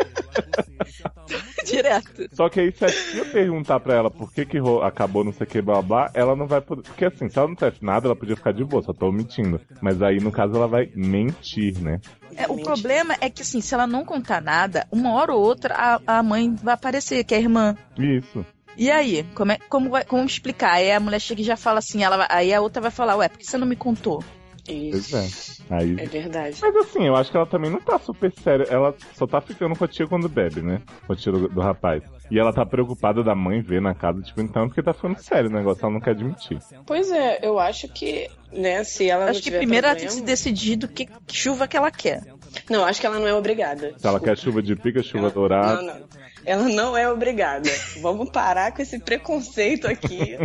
Direto. só que aí se a tia perguntar pra ela por que que ro- acabou não sei o que blá, blá, ela não vai poder. Porque assim, se ela não tivesse nada, ela podia ficar de boa, só tô mentindo. Mas aí, no caso, ela vai mentir, né? É, o problema é que, assim, se ela não contar nada, uma hora ou outra a, a mãe vai aparecer, que é a irmã. Isso. E aí, como, é, como, vai, como explicar? Aí a mulher chega e já fala assim, ela, vai- aí a outra vai falar, ué, por que você não me contou? Pois Isso. é. Aí. É verdade. Mas assim, eu acho que ela também não tá super séria. Ela só tá ficando com a tia quando bebe, né? Com a tia do, do rapaz. E ela tá preocupada da mãe ver na casa, tipo, então, porque tá ficando sério o negócio, ela não quer admitir. Pois é, eu acho que, né, se ela não Acho que tiver primeiro ela tem problema... que se decidir do que que chuva que ela quer. Não, acho que ela não é obrigada. Se ela quer chuva de pica, chuva Não, dourada. não. Ela não é obrigada. Vamos parar com esse preconceito aqui.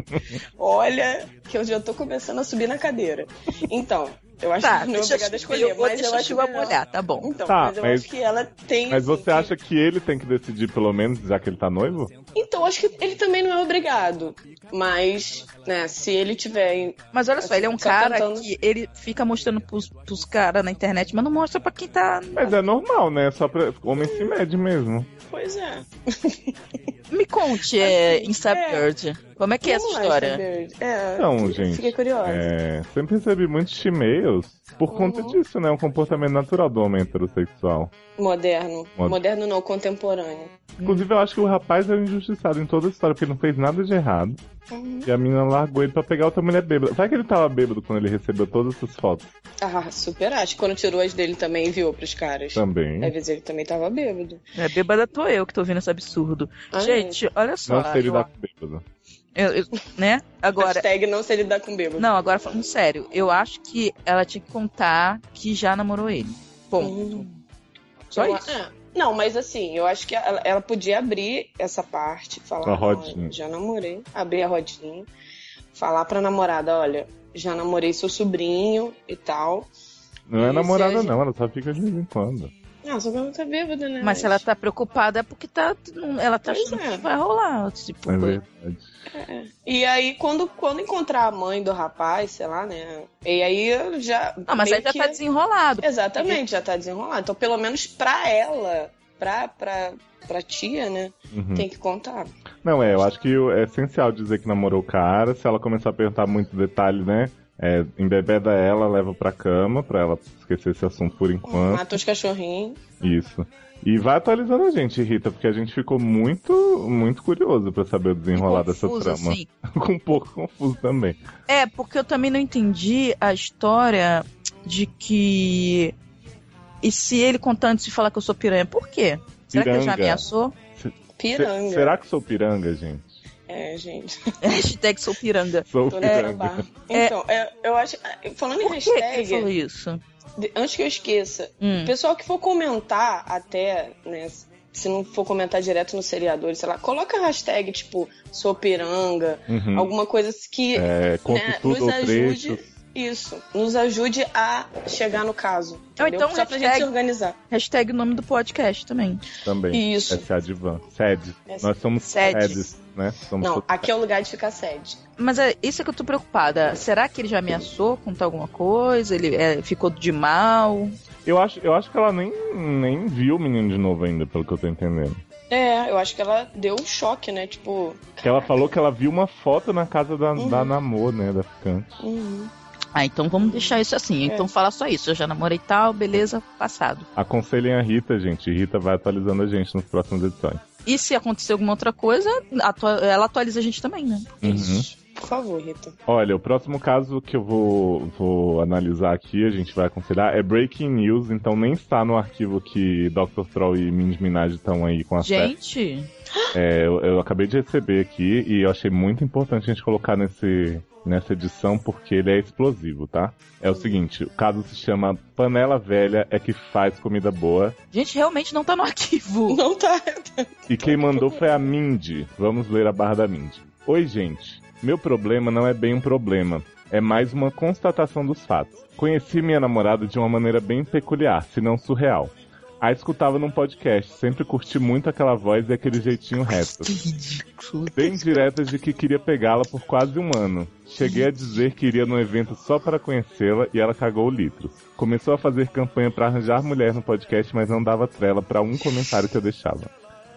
Olha, que eu já tô começando a subir na cadeira. Então, eu acho Tá, que ela não é deixa obrigada eu, a escolher, eu vou mas eu deixar a acho chuva melhor. molhar, tá bom. Então, Tá, mas eu mas- acho que ela tem. Mas assim, você acha que ele tem que decidir, pelo menos, já que ele tá noivo? que- Então, acho que ele também não é obrigado. Mas, né, se ele tiver. em- Mas olha só, ele é um Só cara tentando. que ele fica mostrando pros, pros caras na internet, mas não mostra pra quem tá. Mas é normal, né? Só pra. Homem se mede mesmo. Pois é. Me conte, é, Assim, Inside é. Bird. Como é que é essa Vamos lá história? saber. É, Então, fiquei- gente, Fiquei curiosa. É, sempre recebi muitos e-mails por conta Uhum. disso, né? Um comportamento natural do homem heterossexual. Moderno. Mod- Moderno não, contemporâneo. Inclusive, eu acho que o rapaz é o injustiçado em toda a história, porque ele não fez nada de errado. Uhum. E a menina largou ele pra pegar outra mulher bêbada. Será que ele tava bêbado quando ele recebeu todas essas fotos Ah, super acho. Quando tirou as dele também e enviou pros caras. também? Às vezes ele também tava bêbado. É, bêbada tô eu que tô ouvindo esse absurdo. Ah, Gente, olha só. Não sei eu- lidar com bêbado. eu- eu- né? Agora. Hashtag não se lidar com bêbado. Não, agora falando sério, eu acho que ela tinha que contar que já namorou ele. Ponto. Hum. Só Eu- isso. ah, não, mas assim, eu acho que ela, ela podia abrir essa parte, falar. A rodinha. "Olha, Já namorei. Abrir a rodinha. Falar pra namorada, olha, já namorei seu sobrinho e tal. Não é Isso, namorada, gente. não, ela só fica de vez em quando. Ah, só que ela não tá bêbada, né? Mas se ela tá preocupada é porque tá, ela tá Pois achando é. que vai rolar. Tipo, É verdade. tá- E aí, quando, quando encontrar a mãe do rapaz, sei lá, né? E aí eu já. não, mas meio aí já que- é. tá desenrolado. Exatamente, já tá desenrolado. Então, pelo menos pra ela, pra, pra, pra tia, né? Uhum. Tem que contar. Não, é, eu acho que é essencial dizer que namorou o cara. Se ela começar a perguntar muito detalhe, né? É, embebeda ela, leva pra cama, pra ela esquecer esse assunto por enquanto. Mata os cachorrinhos. Isso. E vai atualizando a gente, Rita, porque a gente ficou muito, muito curioso pra saber o desenrolar dessa Confuso, trama. assim. Ficou um pouco confuso também. É, porque eu também não entendi a história de que. E se ele contar antes de falar que eu sou piranha, por quê? Será que ele já Piranga. ameaçou? Se- Piranga. será que sou piranga, gente? É, gente. Hashtag sou piranga. Sou Tô piranga. nessa barra. Então, é, eu acho. Falando em Por que que ele falou hashtag, isso? de- antes que eu esqueça, Hum. o pessoal que for comentar até, né? Se não for comentar direto no seriador, sei lá, coloca a hashtag, tipo, sou piranga, Uhum. alguma coisa assim que É, conto né, tudo nos ou ajude. trechos. Isso, nos ajude a chegar no caso. entendeu? então, Só pra hashtag- gente se organizar. Hashtag o nome do podcast também. Também. Isso. Essa é a divan. Sede. Essa- Nós somos Sedes. sedes, né? Somos Não, todos aqui é o lugar de ficar sede. Mas é, isso é que eu tô preocupada. Será que ele já ameaçou contar alguma coisa? Ele é, ficou de mal? Eu acho, eu acho que ela nem, nem viu o menino de novo ainda, pelo que eu tô entendendo. É, eu acho que ela deu um choque, né? Tipo. Que ela falou que ela viu uma foto na casa da, Uhum. da Namor, né? Da ficante. uhum. Ah, então vamos deixar isso assim. Então fala só isso. Eu já namorei tal, beleza, passado. Aconselhem a Rita, gente. Rita vai atualizando a gente nas próximas edições. E se acontecer alguma outra coisa, atua- ela atualiza a gente também, né? Uhum. Isso. Por favor, Rita. Olha, o próximo caso que eu vou, vou analisar aqui, a gente vai aconselhar, é Breaking News, então nem está no arquivo que Dr. Troll e Mindy Minaj estão aí com acesso. Gente, É, eu, eu acabei de receber aqui e eu achei muito importante a gente colocar nesse, nessa edição porque ele é explosivo, tá? É o seguinte, o caso se chama Panela Velha é que faz comida boa gente realmente não tá no arquivo. Não tá. e quem mandou foi a Mindy. Vamos ler a barra da Mindy. Oi, gente. Meu problema não é bem um problema, é mais uma constatação dos fatos. Conheci minha namorada de uma maneira bem peculiar, se não surreal. A escutava num podcast, sempre curti muito aquela voz e aquele jeitinho reto. Que ridículo. bem diretas de que queria pegá-la por quase um ano. Cheguei a dizer que iria num evento só para conhecê-la e ela cagou o litro. Começou a fazer campanha para arranjar mulher no podcast, mas não dava trela para um comentário que eu deixava.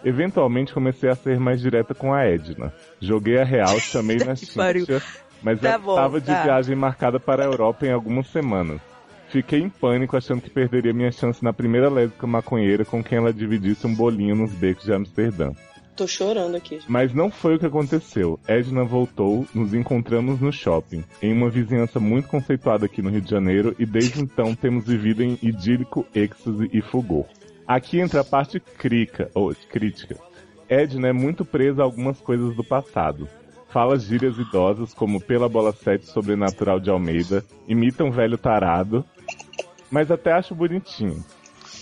Eventualmente comecei a ser mais direta com a Edna. Joguei a real, chamei na Que pariu. Xuxa, mas Tá já bom, estava tá. de viagem marcada para a Europa em algumas semanas. Fiquei em pânico achando que perderia minha chance na primeira lésbica maconheira com quem ela dividisse um bolinho nos becos de Amsterdã. Tô chorando aqui. Mas não foi o que aconteceu. Edna voltou, nos encontramos no shopping, em uma vizinhança muito conceituada aqui no Rio de Janeiro, e desde então temos vivido em idílico, êxtase e fulgor. Aqui entra a parte crica, ou crítica. Edna é muito presa a algumas coisas do passado. Fala gírias idosas como pela bola 7 sobrenatural de Almeida, imita um velho tarado, mas até acho bonitinho.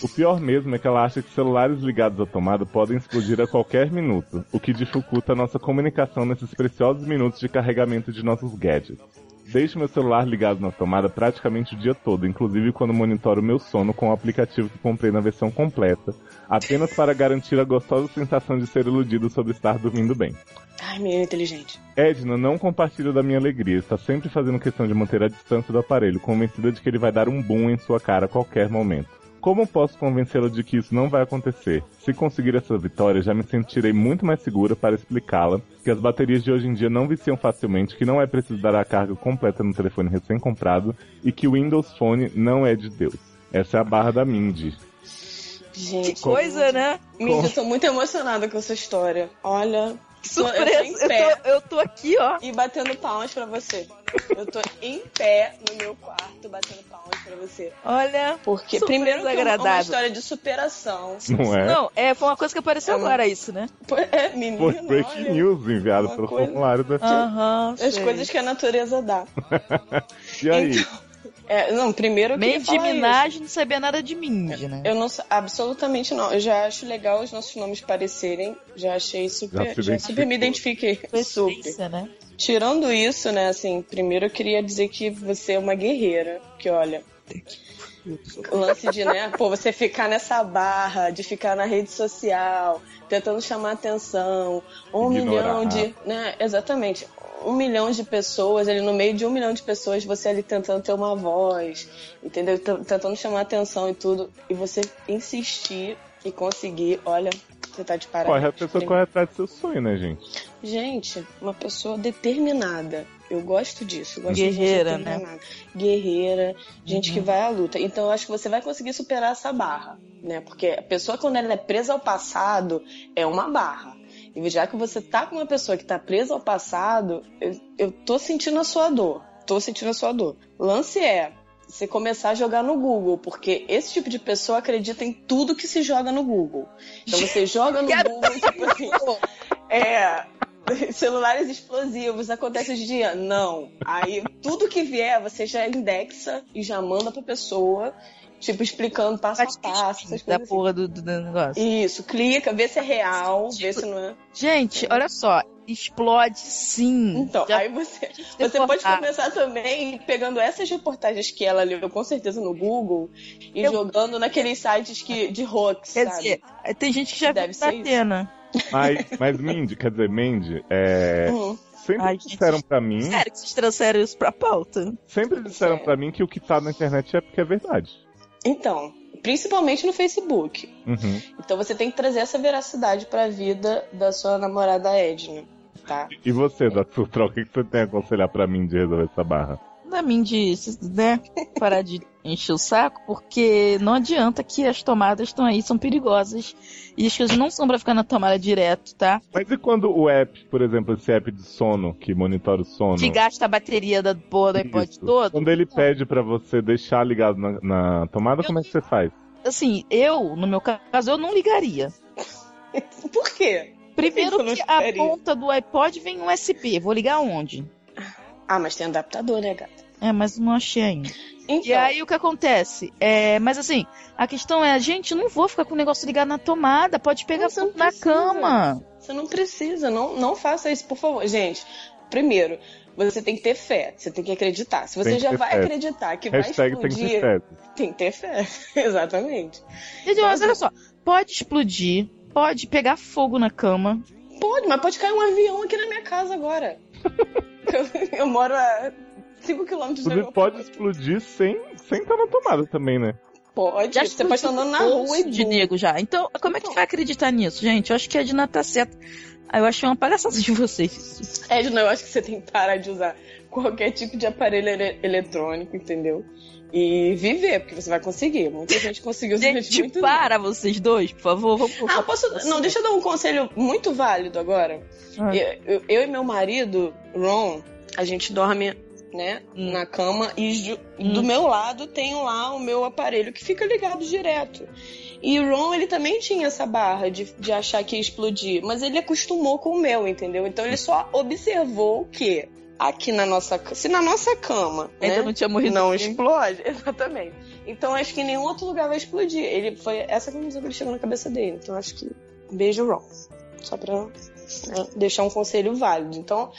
O pior mesmo é que ela acha que celulares ligados à tomada podem explodir a qualquer minuto, o que dificulta a nossa comunicação nesses preciosos minutos de carregamento de nossos gadgets. Deixo meu celular ligado na tomada praticamente o dia todo, inclusive quando monitoro meu sono com o aplicativo que comprei na versão completa, apenas para garantir a gostosa sensação de ser iludido sobre estar dormindo bem. Ai, menina inteligente. Edna não compartilha da minha alegria, está sempre fazendo questão de manter a distância do aparelho, convencida de que ele vai dar um boom em sua cara a qualquer momento. Como posso convencê-la de que isso não vai acontecer? Se conseguir essa vitória, já me sentirei muito mais segura para explicá-la que as baterias de hoje em dia não viciam facilmente, que não é preciso dar a carga completa no telefone recém-comprado e que o Windows Phone não é de Deus. Essa é a barra da Mindy. Gente, Que coisa, né? Mídia, eu tô muito emocionada com essa história. Olha, Que Tô- eu tô surpresa! em Eu tô, pé. eu tô aqui, ó. e batendo palmas pra você. Eu tô em pé no meu quarto batendo palmas pra você. Olha. Porque Surpresa primeiro que é uma- uma agradável. história de superação. Não é? Não, é, foi uma coisa que apareceu É. agora, isso, né? Pô, É, menino, Foi break olha, news enviado uma pelo coisa- formulário da. Ah, Aham. as coisas que a natureza dá. e aí? É, não, primeiro que Meio de Minaj não sabia nada de Mindy, né? Eu não sa- absolutamente não. Eu já acho legal os nossos nomes parecerem. Já achei super. Já se Já, super me identifiquei. Super. Essência, né? Tirando isso, né, assim, primeiro eu queria dizer que você é uma guerreira. Que olha. O lance de, né, pô, você ficar nessa barra, de ficar na rede social, tentando chamar atenção, um Ignorar. milhão de. Né, exatamente. Um milhão de pessoas, ali no meio de um milhão de pessoas, você ali tentando ter uma voz, entendeu? T- Tentando chamar atenção e tudo. E você insistir e conseguir, olha, você tá de parabéns. Corre, a pessoa corre atrás do seu sonho, né, gente? Gente, uma pessoa determinada. Eu gosto disso. Eu gosto Guerreira, de gente determinada. Guerreira, gente que vai à luta. Então eu acho que você vai conseguir superar essa barra, né? Porque a pessoa quando ela é presa ao passado é uma barra. E já que você tá com uma pessoa que tá presa ao passado, eu, eu tô sentindo a sua dor. Tô sentindo a sua dor. Lance é você começar a jogar no Google, porque esse tipo de pessoa acredita em tudo que se joga no Google. Então você joga no Google, tipo assim, é. Celulares explosivos, acontece hoje em dia? Não. Aí tudo que vier, você já indexa e já manda pra pessoa, tipo, explicando passo a passo, essas da coisas. assim. porra do, do negócio. Isso, clica, vê se é real, vê se não é. Tipo, Gente, olha só. Explode sim. Então, Já aí você. pode se Você pode deportar. começar também pegando essas reportagens que ela leu, com certeza, no Google, e Eu- jogando naqueles sites que, de hoax, Quer sabe? dizer, tem gente que já Deve viu ser isso. na cena. Mas, mas Mindy, quer dizer, Mindy, é, Uhum. sempre Ai, disseram pra mim, Sério que vocês trouxeram isso pra pauta? sempre disseram para mim que o que tá na internet é porque é verdade. Então, principalmente no Facebook. Uhum. Então você tem que trazer essa veracidade pra vida da sua namorada Edna, tá? E É. você, Dr. Troll, o que que você tem a aconselhar pra mim de resolver essa barra? Da Mindy, é né? Parar de encher o saco, porque não adianta que as tomadas estão aí, são perigosas. E as coisas não são pra ficar na tomada direto, tá? Mas e quando o app, por exemplo, esse app de sono, que monitora o sono, Que gasta a bateria da porra do iPod Isso. todo. quando ele pede pra você deixar ligado na, na tomada, Eu- como é que você faz? Assim, eu, no meu caso, eu não ligaria. Por quê? Primeiro Eu não que a ligaria. ponta do iPod vem um USB. Vou ligar onde? Ah, mas tem adaptador, né, gata? É, mas não achei ainda. Então, E aí o que acontece? É, mas assim, a questão é, gente, não vou ficar com o negócio ligado na tomada, pode pegar Você não fogo na precisa. cama. você não precisa, não, não faça isso, por favor. Gente, primeiro, você tem que ter fé, você tem que acreditar. Se você Tem que já ter vai fé. acreditar que Hashtag tem vai que explodir, ser certo. tem que ter fé. Exatamente. Entendeu? Mas olha só, pode explodir, pode pegar fogo na cama. Pode, mas pode cair um avião aqui na minha casa agora. eu, eu moro a 5 quilômetros do Inclusive, aeroporto. pode explodir sem, sem estar na tomada também, né? Pode, Já você pode estar andando na rua e de tudo. nego já. Então, como é que vai acreditar nisso, gente? Eu acho que a Dina tá certa. Ah, Eu achei uma palhaçada de vocês. isso. Edna, eu acho que você tem que parar de usar qualquer tipo de aparelho ele- eletrônico, entendeu? E viver, porque você vai conseguir. Muita gente conseguiu durante Gente, muito tempo. para vocês dois, por favor. Vamos por Ah, favor. posso. Não, deixa eu dar um conselho muito válido agora. tá assim. Ah. Eu, eu- eu e meu marido, Ron, a gente dorme, né, Hum. na cama e ju- Hum. do meu lado tem lá o meu aparelho que fica ligado direto. E o Ron, ele também tinha essa barra de, de achar que ia explodir, mas ele acostumou com o meu, entendeu? Então ele só observou que aqui na nossa ca- se na nossa cama, né, Ainda não tinha morrido. não ninguém. explode, exatamente. Então acho que em nenhum outro lugar vai explodir. Ele foi essa conclusão que ele chegou na cabeça dele. Então acho que beijo Ron. Só pra né, deixar um conselho válido. Então,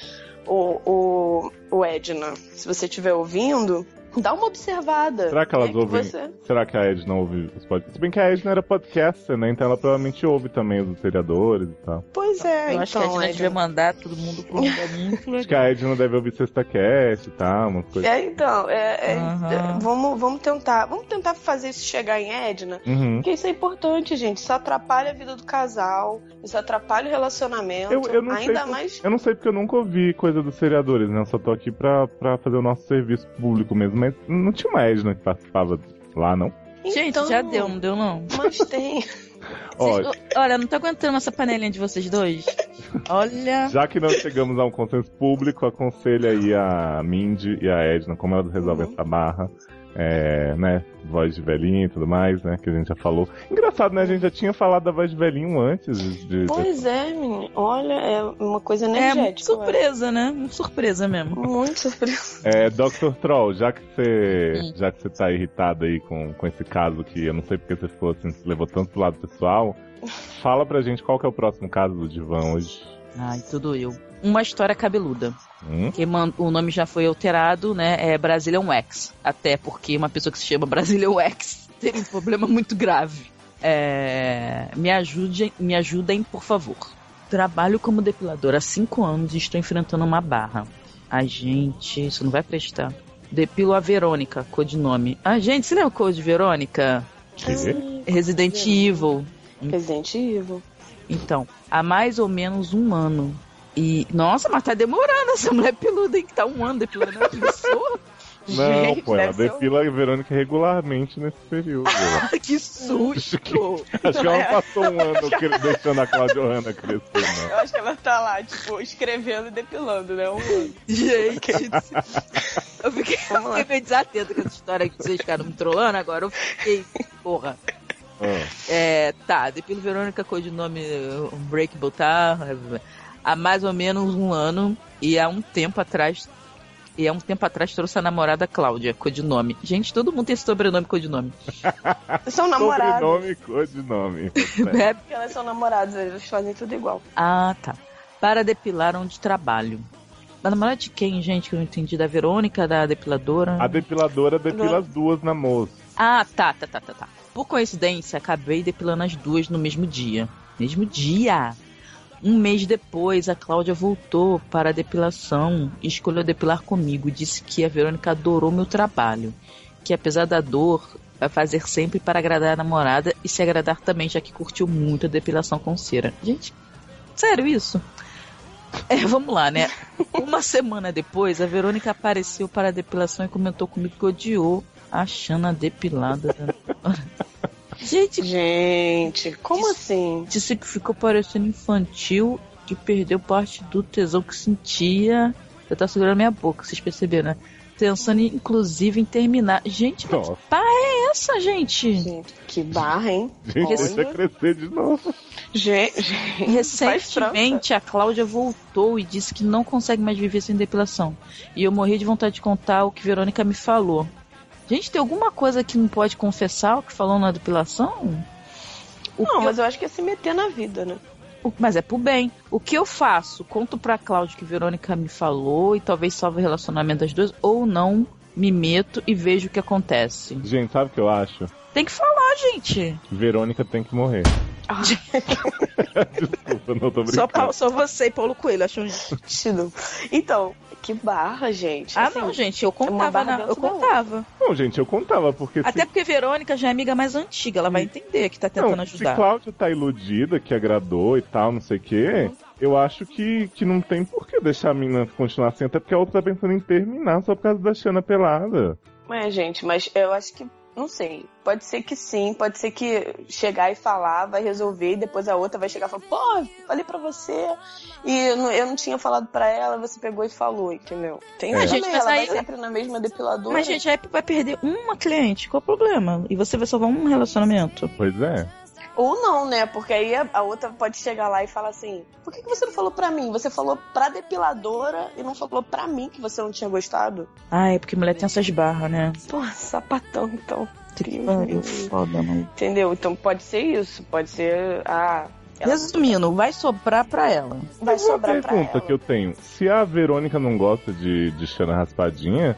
o, o, o Edna, se você estiver ouvindo, Dá uma observada. Será que elas É ouvem? você- Será que a Edna ouve os podcasts? Se bem que a Edna era podcaster, né? Então ela provavelmente ouve também os seriadores e tal. Pois é, Eu então. acho que a Dina Edna. devia mandar todo mundo pro lugar muito Acho que a Edna deve ouvir SextaCast e tal, umas coisas. É, então, é, é, Ah. Aham. vamos, vamos tentar. Vamos tentar fazer isso chegar em Edna. Uhum. Porque isso é importante, gente. Isso atrapalha a vida do casal, isso atrapalha o relacionamento. Eu- eu não sei ainda por- mais. Eu não sei porque eu nunca ouvi coisa dos seriadores, né? Eu só tô aqui pra, pra fazer o nosso serviço público mesmo, mas não tinha uma Edna que participava lá, não. Gente, Então, já deu, não deu não. Mas tem. Ó, Vocês- olha, eu não tô aguentando essa panelinha de vocês dois. Olha. já que nós chegamos a um consenso público, aconselho aí a Mindy e a Edna, como elas resolvem Uhum. essa barra. É, né? Voz de velhinho e tudo mais, né? Que a gente já falou. Engraçado, né? A gente já tinha falado da voz de velhinho antes de. de- Pois é, menino. Olha, é uma coisa É energética. muito surpresa, né? Muito surpresa mesmo. Muito surpresa. É, Dr. Troll, já que você já que você tá irritado aí com, com esse caso que eu não sei porque você ficou assim, se levou tanto pro lado pessoal, fala pra gente qual que é o próximo caso do divã hoje. Ai, tudo eu. Uma história cabeluda. Hum? Que man- o nome já foi alterado, né? É Brazilian Wax. Até porque uma pessoa que se chama Brazilian Wax teve um problema muito grave. É, me, ajude, me ajudem, por favor. Trabalho como depiladora há cinco anos e estou enfrentando uma barra. Ai, gente, isso não vai prestar. Depilo a Verônica, codinome. Ah, gente, você lembra o Code Verônica? Que? Resident Evil. Resident Evil. Então, há mais ou menos um ano. E, nossa, mas tá demorando essa mulher peluda aí que tá um ano depilando a pessoa. Não, Gente, pô, ela deve ser depila a Verônica regularmente nesse período. um- Que Acho susto! que ela não passou um ano cre- deixando a Cláudia Hanna crescer, né? Eu acho que ela tá lá, tipo, escrevendo e depilando, né? Gente, eu fiquei, eu Vamos lá. fiquei meio desatenta com essa história que vocês ficaram me trolando agora. Eu fiquei, porra. Ah, É, tá, Depilo Verônica, codinome eh, Unbreakable, tá? Há mais ou menos um ano e há um tempo atrás. E há um tempo atrás trouxe a namorada Cláudia, codinome. Gente, todo mundo tem sobrenome e codinome. São namorados. sobrenome e codinome. É, Porque elas são namoradas, eles fazem tudo igual. Ah, tá. Para depilar onde trabalho. A namorada de quem, gente? Que eu não entendi. Da Verônica, da depiladora? A depiladora depila as duas na moça. Ah, tá, tá, tá, tá, tá. Por coincidência, acabei depilando as duas no mesmo dia. Mesmo dia! Um mês depois, a Cláudia voltou para a depilação e escolheu depilar comigo. Disse que a Verônica adorou meu trabalho. Que apesar da dor, vai fazer sempre para agradar a namorada e se agradar também, já que curtiu muito a depilação com cera. Gente, sério isso? É, vamos lá, né? Uma semana depois, a Verônica apareceu para a depilação e comentou comigo que odiou achando a depilada. da- Gente, Gente, como assim? disse que ficou parecendo infantil e perdeu parte do tesão que sentia. Eu tava segurando minha boca, vocês perceberam, né? Pensando, inclusive, em terminar. Gente, mas Nossa, essa, gente! Gente, que barra, hein? gente, Olha. deixa crescer de novo. Gente, Recentemente, a Cláudia voltou e disse que não consegue mais viver sem depilação. E eu morri de vontade de contar o que Verônica me falou. Gente, tem alguma coisa que não pode confessar o que falou na depilação? O não, que eu mas eu acho que é se meter na vida, né? O- Mas é pro bem. O que eu faço? Conto pra Cláudia que Verônica me falou e talvez salve o relacionamento das duas, ou não me meto e vejo o que acontece. Gente, sabe o que eu acho? Tem que falar, gente. Verônica tem que morrer. Desculpa, não tô brincando. Só, Paulo- só você e Paulo Coelho um- acham isso. Tido. Então, que barra, gente. Ah, Assim, não, gente, eu uma contava. barra na- eu dentro da contava. Não, gente, eu contava, porque Até se, porque Verônica já é amiga mais antiga, ela vai entender que tá tentando não, se ajudar. Cláudia tá iludida, que agradou e tal, não sei o quê, eu acho que, que não tem por que deixar a mina continuar assim, até porque a outra tá pensando em terminar só por causa da Xana pelada. É, gente, mas eu acho que. Não sei. Pode ser que sim, pode ser que chegar e falar vai resolver, e depois a outra vai chegar e falar, pô, falei pra você, e eu não, eu não tinha falado pra ela, você pegou e falou, entendeu? Tem É. isso Mas, gente, também, mas ela aí- vai sempre na mesma depiladora. Mas, gente, aí vai perder uma cliente, qual o problema? E você vai salvar um relacionamento. Pois é. Ou não, né? Porque aí a, a outra pode chegar lá e falar assim: por que, que você não falou pra mim? Você falou pra depiladora e não falou pra mim que você não tinha gostado? Ai, porque mulher tem essas barras, né? Pô, sapatão, então. Trio, Pariu, foda, mano. Entendeu? Então pode ser isso, pode ser. Ah, ela Resumindo, vai sobrar pra ela. vai Mas uma sobrar pra pergunta ela. que eu tenho. Se a Verônica não gosta de, de Xana raspadinha,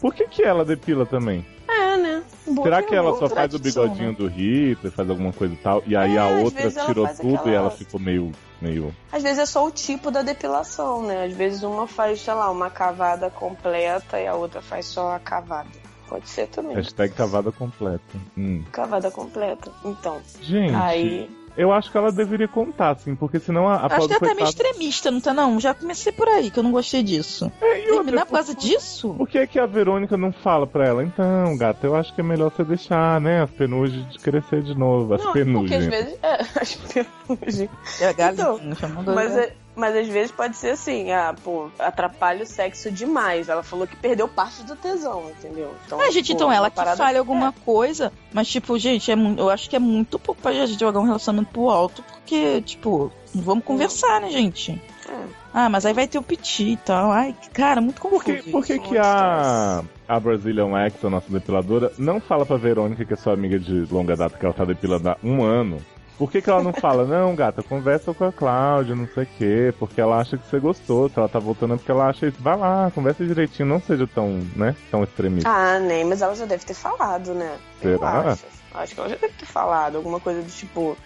Por que, que ela depila também? É, né? Um Boa Será que ela pergunta. só faz o Tradição, bigodinho né? do Hitler, faz alguma coisa e tal, e aí É, a às outra vezes ela tirou faz tudo e aquela- ela ficou meio. meio. Às vezes é só o tipo da depilação, né? Às vezes uma faz, sei lá, uma cavada completa e a outra faz só a cavada. Pode ser também. Hashtag cavada completa. Hum. Cavada completa. Então, Gente, aí. eu acho que ela deveria contar, assim, porque senão a, a Acho que pobre ela tá meio coitada- extremista, não tá não? Já comecei por aí, que eu não gostei disso. É, e outra, Terminar por por- causa disso? Por que é que a Verônica não fala pra ela? Então, gata, eu acho que é melhor você deixar, né, as penugens de crescer de novo. As Não, porque às penugens. vezes. É, as penugem. É a Então, galinha, chamando Mas, ela. é- mas às vezes pode ser assim, ah, pô, atrapalha o sexo demais. Ela falou que perdeu parte do tesão, entendeu? Então, Ah, gente, pô, então uma ela que parada- é. falha alguma coisa, mas, tipo, gente, é mu- eu acho que é muito pouco pra gente jogar um relacionamento pro alto, porque, tipo, vamos conversar, né, gente? Hum. É. Ah, mas aí vai ter o piti e tal. Ai, cara, muito Por confuso. que, por que, muito que a, a Brazilian Wax, a nossa depiladora, não fala pra Verônica, que é sua amiga de longa data, que ela tá depilando há um ano? Por que, que ela não fala, não, gata, conversa com a Cláudia, não sei o quê, porque ela acha que você gostou, se ela tá voltando é porque ela acha isso. Vai lá, conversa direitinho, não seja tão, né, tão extremista. Ah, nem, mas ela já deve ter falado, né? Eu Será? acho. Acho que ela já deve ter falado alguma coisa do tipo.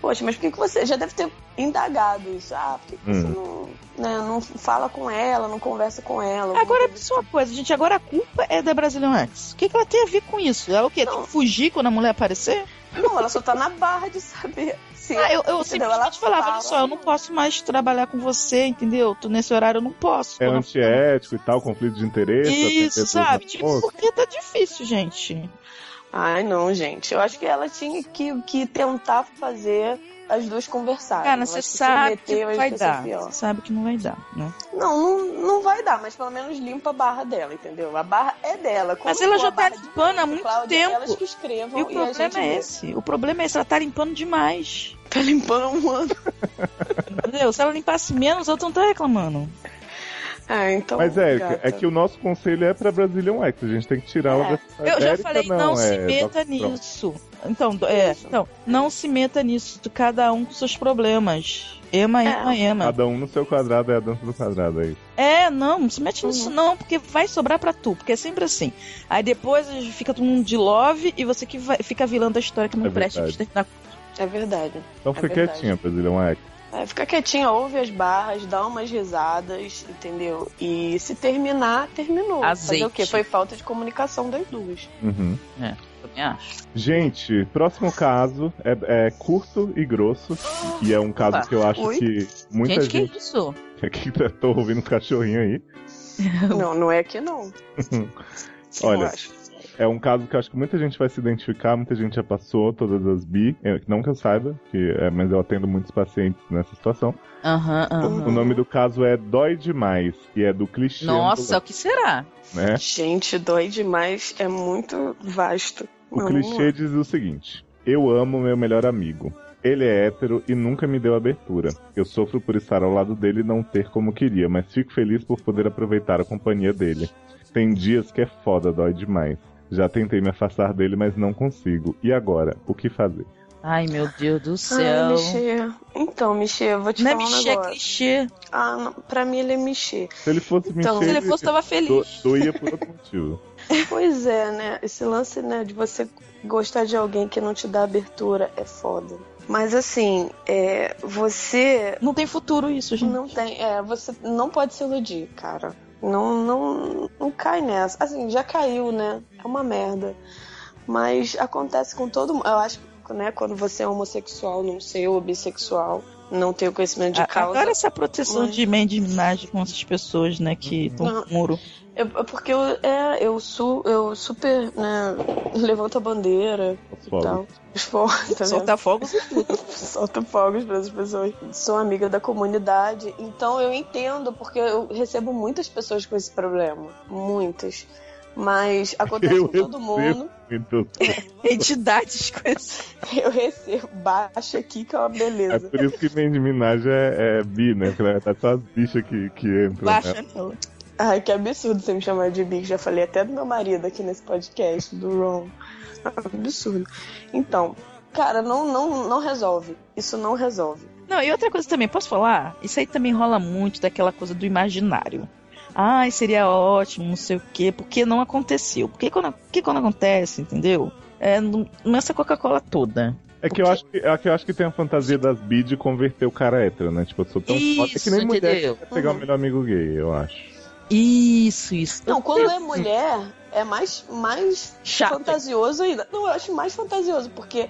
Poxa, mas por que que você. Já deve ter indagado isso. Ah, por que, que você não, né, não fala com ela, não conversa com ela? alguma Agora, coisa só uma coisa, gente, agora a culpa é da Brazilian X. O que, que ela tem a ver com isso? Ela é o quê? Tem Não. que fugir quando a mulher aparecer? assim. Não, ela só tá na barra de saber. Se Ah, eu, eu Entendeu? simplesmente Ela falava, fala- olha só, eu não posso mais trabalhar com você, entendeu? Tu- Nesse horário eu não posso. É Quando- antiético e tal, conflito de interesse. Isso, atender todos sabe? os Tipo, nossos- porque tá difícil, gente. Ai, não, gente. Eu acho que ela tinha que, que tentar fazer as duas conversarem. Cara, Ah, Eu você acho se sabe meter, que eu não acho vai que vai ser dar. pior. Você sabe que não vai dar, né? Não, não, não vai dar, mas pelo menos limpa a barra dela, entendeu? A barra é dela. Quando Mas ela for já a tá barra de limpando há Cláudia, muito Cláudia, é tempo. Elas que escrevam E o a gente problema é vê. esse. O problema é esse, ela tá limpando demais. Tá limpando há um ano. Entendeu? Se ela limpasse menos, eu não tá reclamando. Ah, então. Mas, Érica, gata. é que o nosso conselho é pra Brazilian Wax, a gente tem que tirar É. o da Eu já Érica falei, não, se é meta Dr. Pronto. nisso. Então, do- é, Isso. então, não se meta nisso. Cada um com seus problemas. É. Ema, ema, ema. Cada um no seu quadrado é a dança do quadrado aí. É, não, não se mete nisso não, porque vai sobrar pra tu, porque é sempre assim. Aí depois fica todo mundo de love e você que vai- fica vilando a história que não É presta verdade. de terminar. É verdade. Então fica verdade. quietinha, Brazilian Wax. É, fica quietinha, ouve as barras, dá umas risadas, entendeu? E se terminar, terminou. Fazer Azeite. o quê? Foi falta de comunicação das duas. Uhum. Também acho. Gente, próximo caso é, é curto e grosso. E é um caso Opa. que eu acho Oi. que muita gente, gente. que isso? Aqui tá- tô ouvindo os cachorrinhos aí. não, não é aqui não. Olha. Eu acho. É um caso que eu acho que muita gente vai se identificar, muita gente já passou, todas as bi. eu- Não que eu saiba, que, é, mas eu atendo muitos pacientes nessa situação. Aham, aham. O nome do caso é Dói Demais, e é do clichê. Nossa, o que será? né? Gente, dói demais, é muito vasto. O Não, clichê diz o seguinte: Eu amo meu melhor amigo. Ele é hétero e nunca me deu abertura. Eu sofro por estar ao lado dele e não ter como queria, mas fico feliz por poder aproveitar a companhia dele. Tem dias que é foda, dói demais. Já tentei me afastar dele, mas não consigo. E agora? O que fazer? Ai, meu Deus do Ai, céu. Michê. Então, Michê, eu vou te não é falar mexer, um é negócio. clichê. Ah, não, pra mim ele é Michê. Se ele fosse Então, mexer, Se ele fosse, tava feliz. do, doía por outro motivo. Pois é, né? Esse lance, né, de você gostar de alguém que não te dá abertura é foda. Mas assim, é, você Não tem futuro isso, gente. não tem. É, você não pode se iludir, cara. Não, não, não cai nessa. Assim, já caiu, né? É uma merda. Mas acontece com todo mundo. Eu acho que, né, quando você é homossexual, não sei, ou bissexual, não tem o conhecimento de A- causa. Agora essa proteção Mas- de Mandy Minaj com essas pessoas, né, Uhum. que estão Não. no muro. É é porque eu, é, eu, su, eu super, né, levanto a bandeira e Foda. tal. Os fogos, tá vendo? Soltar fogos e tudo. Solto fogos para as pessoas. Sou amiga da comunidade, então eu entendo, porque eu recebo muitas pessoas com esse problema. Muitas. Mas acontece Eu com todo mundo. Meu Deus. Entidades com esse. Eu recebo. Baixa aqui que é uma É beleza. por isso que Mandy Minaj é, é bi, né? Porque na verdade só as bichas que, que entram. né? Baixa nela. Ai, que absurdo você me chamar de Big. Já falei até do meu marido aqui nesse podcast, do Ron. Absurdo. Então, cara, não, não, não resolve. Isso não resolve. Não, e outra coisa também, posso falar? Isso aí também rola muito daquela coisa do imaginário. Ai, seria ótimo, não sei o quê, porque não aconteceu. Porque quando, porque quando acontece, entendeu? É, não, não é essa Coca-Cola toda. É que, eu acho que, é que eu acho que tem a fantasia das bi de converter o cara hétero, né? Tipo, eu sou tão foda que Isso, nem mulher entendeu? quer pegar o Uhum. melhor amigo gay, eu acho. Isso, isso. um Não, quando é mulher, é mais, mais Chato. fantasioso ainda. Não, eu acho mais fantasioso, porque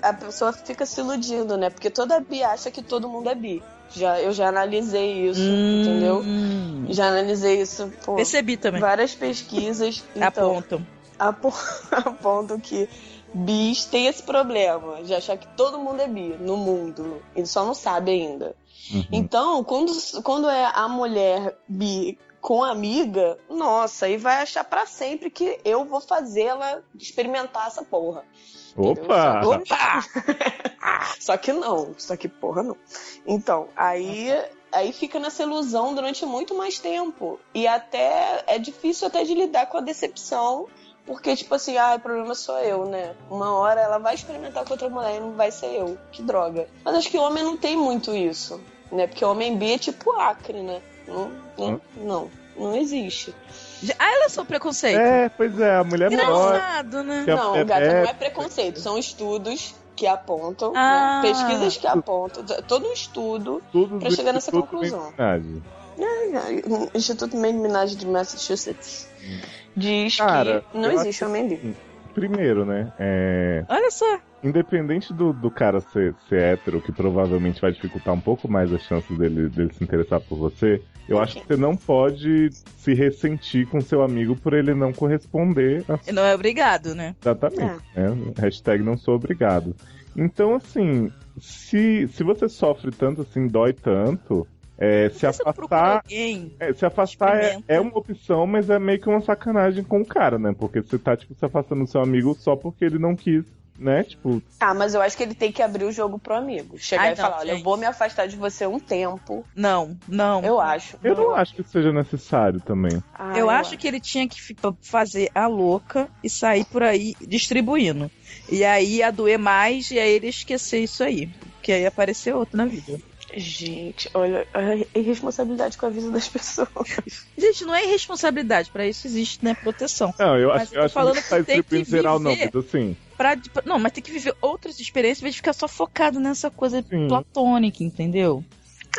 a pessoa fica se iludindo, né? Porque toda bi acha que todo mundo é bi. Já, eu já analisei isso, entendeu? Hum. Já analisei isso, pô, Percebi também. várias pesquisas. Então, Apontam. apo- apontam que bis têm esse problema de achar que todo mundo é bi no mundo. Ele só não sabe ainda. Uhum. Então, quando, quando é a mulher bi com amiga, nossa, aí vai achar pra sempre que eu vou fazer ela experimentar essa porra. Opa! Entendeu? Só, opa! só que não, só que porra não. Então, aí aí fica nessa ilusão durante muito mais tempo. E até é difícil até de lidar com a decepção, porque tipo assim, ah, o problema sou eu, né? Uma hora ela vai experimentar com outra mulher e não vai ser eu. Que droga. Mas acho que homem não tem muito isso, né? Porque homem bi é tipo acre, né? Não, não, não, não existe. Ah, ela é só preconceito. É, pois é, a mulher mora. Engraçado, né? Que a Não, mulher gata, é- não é preconceito, são estudos que apontam, Ah. né? pesquisas que apontam, t- todo um estudo. Tudo pra do chegar nessa Instituto conclusão. Mensinagem. Instituto Maine Minaj de Massachusetts diz Cara, que não eu existe acho- homem bi. Primeiro, né? É, Olha só. independente do, do cara ser, ser hétero, que provavelmente vai dificultar um pouco mais as chances dele, dele se interessar por você, eu acho que você não pode se ressentir com seu amigo por ele não corresponder a E Não é obrigado, né? Exatamente. É. né? Hashtag não sou obrigado. Então, assim, se, se você sofre tanto, assim, dói tanto, é, se Você procura afastar, alguém. é, se afastar é, experimenta. é uma opção, mas é meio que uma sacanagem com o cara, né? Porque você tá, tipo, se afastando do seu amigo só porque ele não quis, né? Tipo, Ah, mas eu acho que ele tem que abrir o jogo pro amigo. Chegar Ah, e então, falar, olha, gente. eu vou me afastar de você um tempo. Não, não. Eu acho. eu não acho que isso seja necessário também. Ah, Eu acho que ele tinha que fi- fazer a louca e sair por aí distribuindo. E aí ia doer mais e aí ele ia esquecer isso aí. Porque aí ia aparecer outro na vida. Gente, olha, a irresponsabilidade com a vida das pessoas. Gente, não é irresponsabilidade. Pra isso existe, né? Proteção. Não, eu Mas acho, eu eu tô acho falando que não tá que tem que estripulindo geral, não, viver. mas assim. Pra, pra- não, mas tem que viver outras experiências em vez de ficar só focado nessa coisa Sim. platônica, entendeu?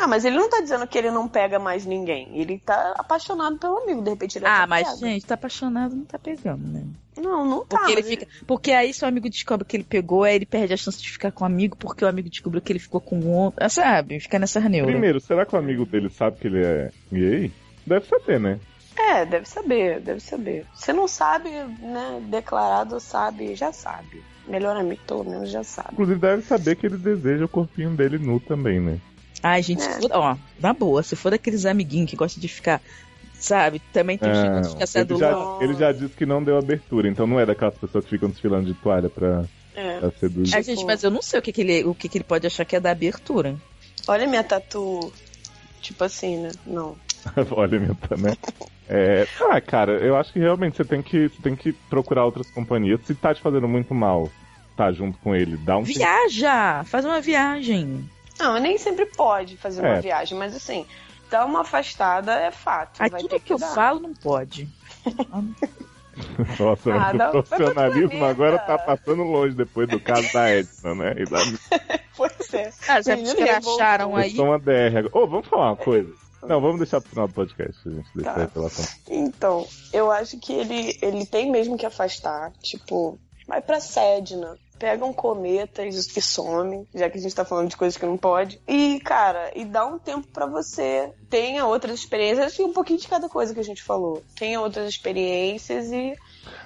Ah, mas ele não tá dizendo que ele não pega mais ninguém. Ele tá apaixonado pelo amigo, de repente ele é Ah, só mas, pega. gente, tá apaixonado, não tá pegando, né? Não, não tá. Porque ele mas fica. Porque aí seu amigo descobre que ele pegou, aí ele perde a chance de ficar com o amigo, porque o amigo descobriu que ele ficou com o outro. Ah, Sabe? Fica nessa neura. Primeiro, será que o amigo dele sabe que ele é gay? Deve saber, né? É, deve saber, deve saber. Se não sabe, né, declarado sabe, já sabe. Melhor amigo, pelo menos, já sabe. Inclusive, deve saber que ele deseja o corpinho dele nu também, né? Ai, gente, É. se for- ó, na boa, se for daqueles amiguinhos que gostam de ficar, sabe? Também tem Não, gente que fica se É, ele, já, adulando. ele já disse que não deu abertura, então não é daquelas pessoas que ficam desfilando de toalha pra, É. pra seduzir. Ai, gente, mas eu não sei o que, que ele, o que, que ele pode achar que é da abertura. Olha minha tatu. Tipo assim, né? Não. É. Olha, meu, né? É, ah, cara, eu acho que realmente você tem que, você tem que procurar outras companhias. Se tá te fazendo muito mal, tá junto com ele, dá um tempo. Viaja! Faz uma viagem. Não, nem sempre pode fazer É. uma viagem, mas assim, dar uma afastada é fato. vai Aquilo ter que eu dar. falo não pode. Nossa, Ah, mas dá- o vai pro profissionalismo planeta. agora tá passando longe depois do caso da Edson, né? E da Pois é. Ah, já me Menino, escracharam aí. Edson ADR. agora. Ô, vamos falar uma coisa. Não, vamos deixar pro final do podcast, a gente deixa Tá. a relação. Então, eu acho que ele, ele tem mesmo que afastar. Tipo, vai pra Sedna. Pega um cometa e e some, já que a gente tá falando de coisas que não pode. E, cara, e dá um tempo pra você. Tenha outras experiências. Acho que um pouquinho de cada coisa que a gente falou. Tenha outras experiências e.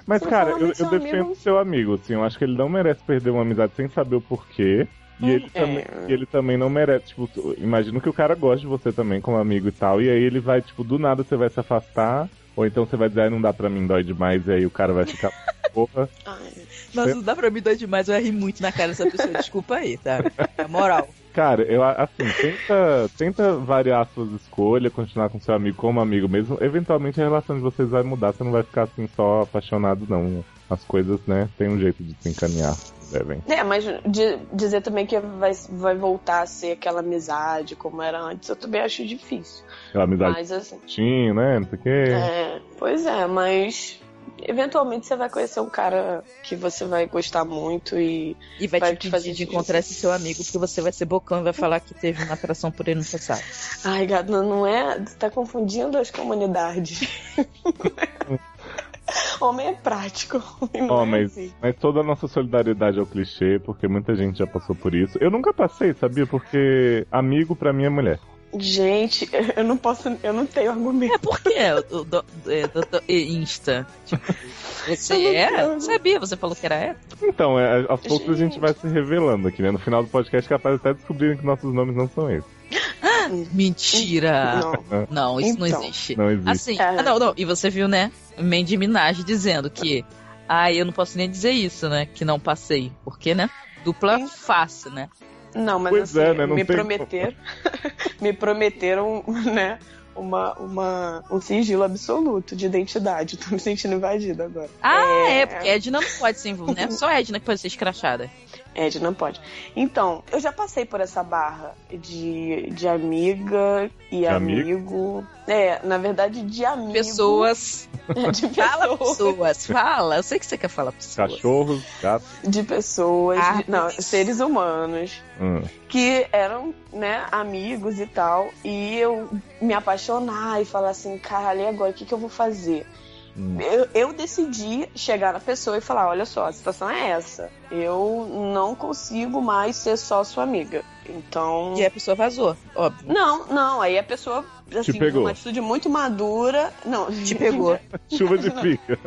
Mas, Você cara, falou eu, do seu eu defendo amigo. seu amigo, assim. Eu acho que ele não merece perder uma amizade sem saber o porquê. E ele, É. também, e ele também não merece. Tipo, tu- imagino que o cara gosta de você também como amigo e tal. E aí ele vai, tipo, do nada você vai se afastar. Ou então você vai dizer, "Ai, não dá pra mim, dói demais. E aí o cara vai ficar, porra. Ai, Nossa, não dá pra mim dói demais, eu ia rir muito na cara dessa pessoa. Desculpa aí, tá? É moral. Cara, eu, a- assim, tenta, tenta variar suas escolhas, continuar com seu amigo como amigo mesmo. Eventualmente a relação de vocês vai mudar. Você não vai ficar, assim, só apaixonado, não. As coisas, né, tem um jeito de se encaminhar. Devem. É, mas de- dizer também que vai, vai voltar a ser aquela amizade como era antes, eu também acho difícil. Aquela amizade Mas assim, que tinha, né? Não sei o quê. é, pois é, mas eventualmente você vai conhecer um cara que você vai gostar muito e E vai, Vai te te impedir fazer de isso. encontrar esse seu amigo, porque você vai ser bocão e vai falar que teve uma atração por ele no passado. ai, gato, não é, você tá confundindo as comunidades. Homem é prático. homem não Ó, é mas- assim. Mas toda a nossa solidariedade é o clichê, porque muita gente já passou por isso. Eu nunca passei, sabia? Porque amigo pra mim é mulher. Gente, eu não posso, eu não tenho argumento. É porque o do, é, doutor e Insta. Tipo, você é? Eu Sabia, você falou que era é? Então, é, aos poucos a gente Gente. vai se revelando aqui, né? No final do podcast, capaz até descobrirem que nossos nomes não são esses. né? Mentira! Ah. Não. Não, isso não Então. existe. Não existe. Assim, É. ah, não, não. E você viu, né? Mandy Minaj dizendo que. Ah, eu não posso nem dizer isso, né? Que não passei. Porque, né? Dupla Sim. face, né? Não, mas Pois assim, é, né? Não me tem prometeram, me prometeram, né, uma, uma, um sigilo absoluto de identidade. Tô me sentindo invadida agora. Ah, é, É. porque Edna não pode ser envolvida, né? Só Edna que pode ser escrachada. Ed, não pode. Então, eu já passei por essa barra de, de amiga e amigo? amigo. É, na verdade, de amigo. Pessoas. É, de Fala, pessoas. pessoas. Fala. Eu sei que você quer falar pessoas. Cachorros, gatos. De pessoas. Ah, de- não, isso. seres humanos. hum. que eram, né, amigos e tal, e eu me apaixonar e falar assim, caralho, e agora o que, que eu vou fazer? Hum. Eu, eu decidi chegar na pessoa e falar, olha só, a situação é essa. Eu não consigo mais ser só sua amiga. Então. E a pessoa vazou, óbvio. Não, não, aí a pessoa, assim, com pegou. uma atitude muito madura. Não, Te pegou. Chuva de pica.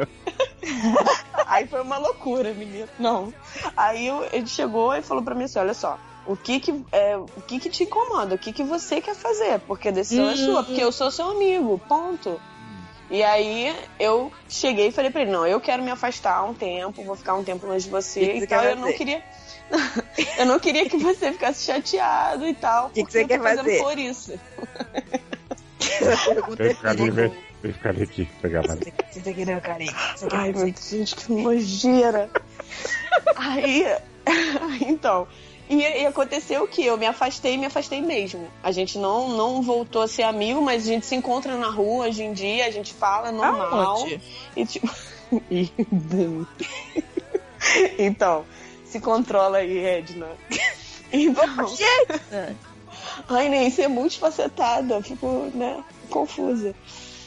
Aí foi uma loucura, menino. Não. Aí eu- ele chegou e falou pra mim assim: olha só, o que que, é, o que que te incomoda? O que que você quer fazer? Porque a decisão é Hum. sua, porque eu sou seu amigo, ponto. E aí eu cheguei e falei pra ele: não, eu quero me afastar um tempo, vou ficar um tempo longe de O que você que e você tal. quer Eu não fazer? queria. eu não queria que você ficasse chateado e tal. que que porque você eu tô quer fazendo fazer? Por isso. Vem ficar ali, vem, vem ficar ali aqui. Pegar mais. Ai, meu Deus, gente, que nojeira. aí, então. E, e aconteceu o que? Eu me afastei, me afastei mesmo. A gente não, não voltou a ser amigo, mas a gente se encontra na rua hoje em dia, a gente fala normal. Aonde? E tipo. Ih, Deus. então, se controla aí, Edna. Então, ai, nem ser multifacetada, fico, né, confusa.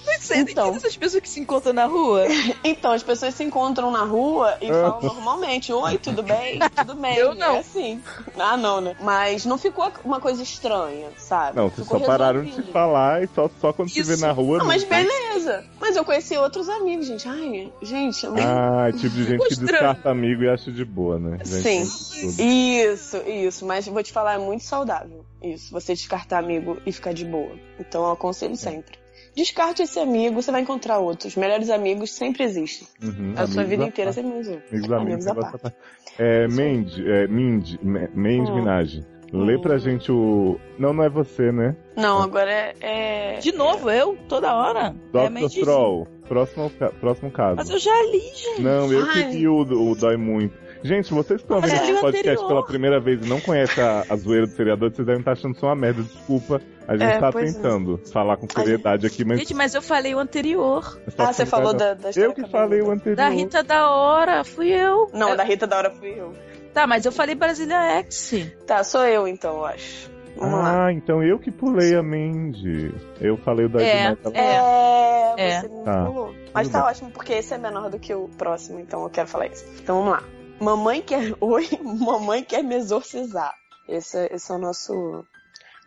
Não sei, Então. tem essas pessoas que se encontram na rua. Então, as pessoas se encontram na rua É. e falam normalmente: Oi, tudo bem? Tudo bem. Eu não. É assim. Ah, não, né? Mas não ficou uma coisa estranha, sabe? Não, vocês ficou só pararam de resolvido. falar né? e só, só quando se vê Isso. na rua. Não, mas beleza. Mas eu conheci outros amigos, gente. Ai, gente. é eu- Ah, tipo de gente que Estranho. descarta amigo e acha de boa, né? Gente, Sim. isso tudo. Isso, isso. Mas vou te falar, é muito saudável isso. Você descartar amigo e ficar de boa. Então eu aconselho sempre. Descarte esse amigo, você vai encontrar outros. Melhores amigos sempre existem. Uhum, A sua amigos vida à inteira parte. sempre vão existir. Amigos, amigos, Amigos à negócio à parte. É, Mandy, é, Mindy, M- Mandy Hum. Minaj, lê pra Hum. gente o... Não, não é você, né? Não, agora é- é. De novo, eu? Toda hora? É, Dr. mas diz- Troll, próximo, ca- próximo caso. Mas eu já li, gente. Não, eu que Ai. vi o, o Dói Muito. Gente, vocês que estão Mas vendo eu li esse o podcast anterior. pela primeira vez e não conhecem a, a zoeira do seriador, vocês devem estar achando isso uma merda. Desculpa, a gente É, tá pois é. tentando falar com seriedade aqui, mas... Gente, mas eu falei o anterior. só Ah, você que- falou da, da história né? Eu que cabeluda. falei o anterior. né? Da Rita da Hora, fui eu. Não, da Rita da hora fui eu. Tá, mas eu falei Brasília X. Tá, sou eu então, eu acho. Vamos lá. Ah, então eu que pulei a Mandy. Eu falei o Dói É, Muito. ela- É, É. você me Tá. falou. Mas Tudo tá bem. ótimo, porque esse é menor do que o próximo, então eu quero falar isso. Então vamos lá. Mamãe quer. Oi, mamãe quer me exorcizar. Esse, é- esse é o nosso,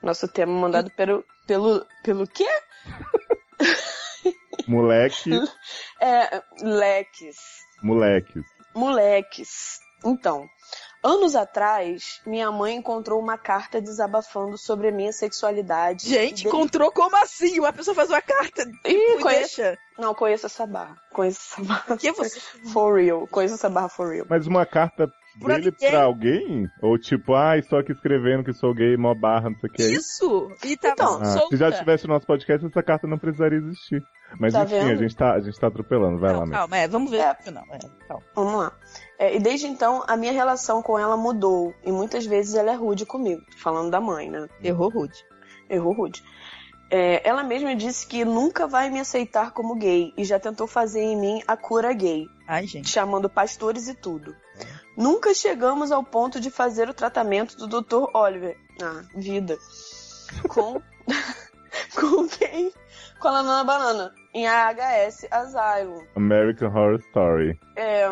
nosso tema mandado pelo. Pelo, pelo quê? Moleque, É, leques. moleques. Moleques. Então, anos atrás, minha mãe encontrou uma carta desabafando sobre a minha sexualidade. De- encontrou como assim? Uma pessoa faz uma carta Ih, conheço. deixa. Não, conheço essa barra. Conheço essa barra. Que você... For real. Conheço essa barra for real. Mas uma carta Pra dele ninguém. pra alguém? Ou tipo, ah, estou aqui escrevendo que sou gay, mó barra, não sei o que. é Isso! E tá Então, Ah, se já tivesse o nosso podcast, essa carta não precisaria existir. Mas Tá enfim, vendo? a gente, tá, a gente tá atropelando, vai lá, Não, mesmo. calma, é, vamos ver. É. Não, é, calma. Vamos lá. É, e desde então, a minha relação com ela mudou. E muitas vezes ela é rude comigo. Tô Falando da mãe, né? Errou rude. Errou rude. É, ela mesma disse que nunca vai me aceitar como gay e já tentou fazer em mim a cura gay, Ai, gente. chamando pastores e tudo. Nunca chegamos ao ponto de fazer o tratamento do Dr. Oliver. Ah, vida. Com. com quem? Com a Lanana Banana. Em AHS Asylum. American Horror Story. É,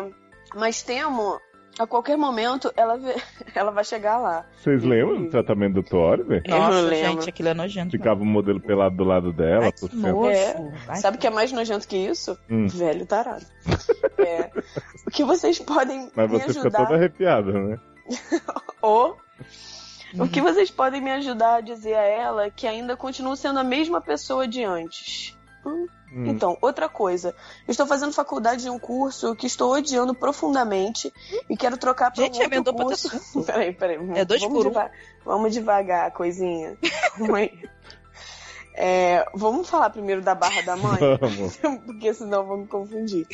mas temo, a qualquer momento, ela, ve- ela vai chegar lá. Vocês Uhum. lembram do tratamento do Dr. Oliver? Eu Nossa, lembro. gente, aquilo é nojento. Ficava o modelo pelado do lado dela, Ai, por que cento. nojo. É. Ai, Sabe o que é mais nojento que isso? Hum. Velho tarado. É, o que vocês podem Mas me você fica ajudar... toda arrepiada, né? ou O Uhum. que vocês podem me ajudar a dizer a ela é que ainda continuo sendo a mesma pessoa de antes? Hum. Então, outra coisa. Eu estou fazendo faculdade de um curso que estou odiando profundamente e quero trocar por Gente, um outro emendou pra outro curso. Peraí, peraí. É dois vamos por um. deva- Vamos devagar, coisinha. Mãe. É, vamos falar primeiro da barra da mãe? Vamos. Porque senão vão me confundir.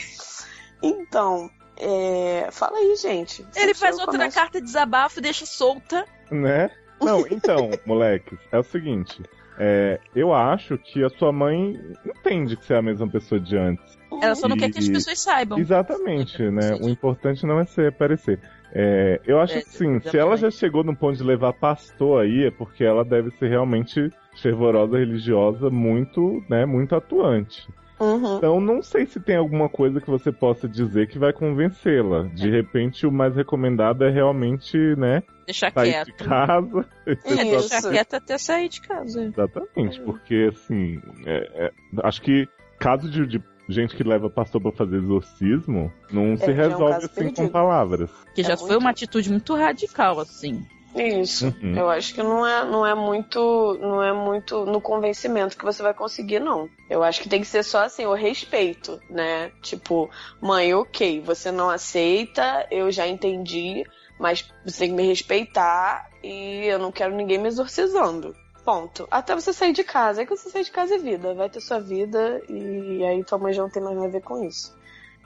Então, é, fala aí, gente. Ele Sempre faz eu outra começo- carta de desabafo e deixa solta. Né? Não, então, moleques, é o seguinte. é, eu acho que a sua mãe entende que você é a mesma pessoa de antes. Ela só não quer que as E- pessoas saibam. Exatamente, né? O Sim. importante não é ser parecer. É, eu acho É, que sim, se exatamente. ela já chegou no ponto de levar pastor aí, é porque ela deve ser realmente fervorosa, religiosa, muito, né, muito atuante. Uhum. Então não sei se tem alguma coisa que você possa dizer que vai convencê-la. De repente o mais recomendado é realmente, né, Deixar sair quieto. de casa. É, Isso. deixar quieto até sair de casa. Exatamente, É. porque assim, é- é- acho que caso de, de gente que leva pastor pra fazer exorcismo, não se já é um resolve caso assim com perdido. palavras. Que já É foi muito. uma atitude muito radical, assim. Isso. Uhum. Eu acho que não é, não é muito, não é muito no convencimento que você vai conseguir, não. Eu acho que tem que ser só assim, o respeito, né? Tipo, mãe, ok, você não aceita, eu já entendi, mas você tem que me respeitar e eu não quero ninguém me exorcizando. Ponto. Até você sair de casa. Aí quando você sair de casa é vida. Vai ter sua vida e aí tua mãe já não tem mais nada a ver com isso.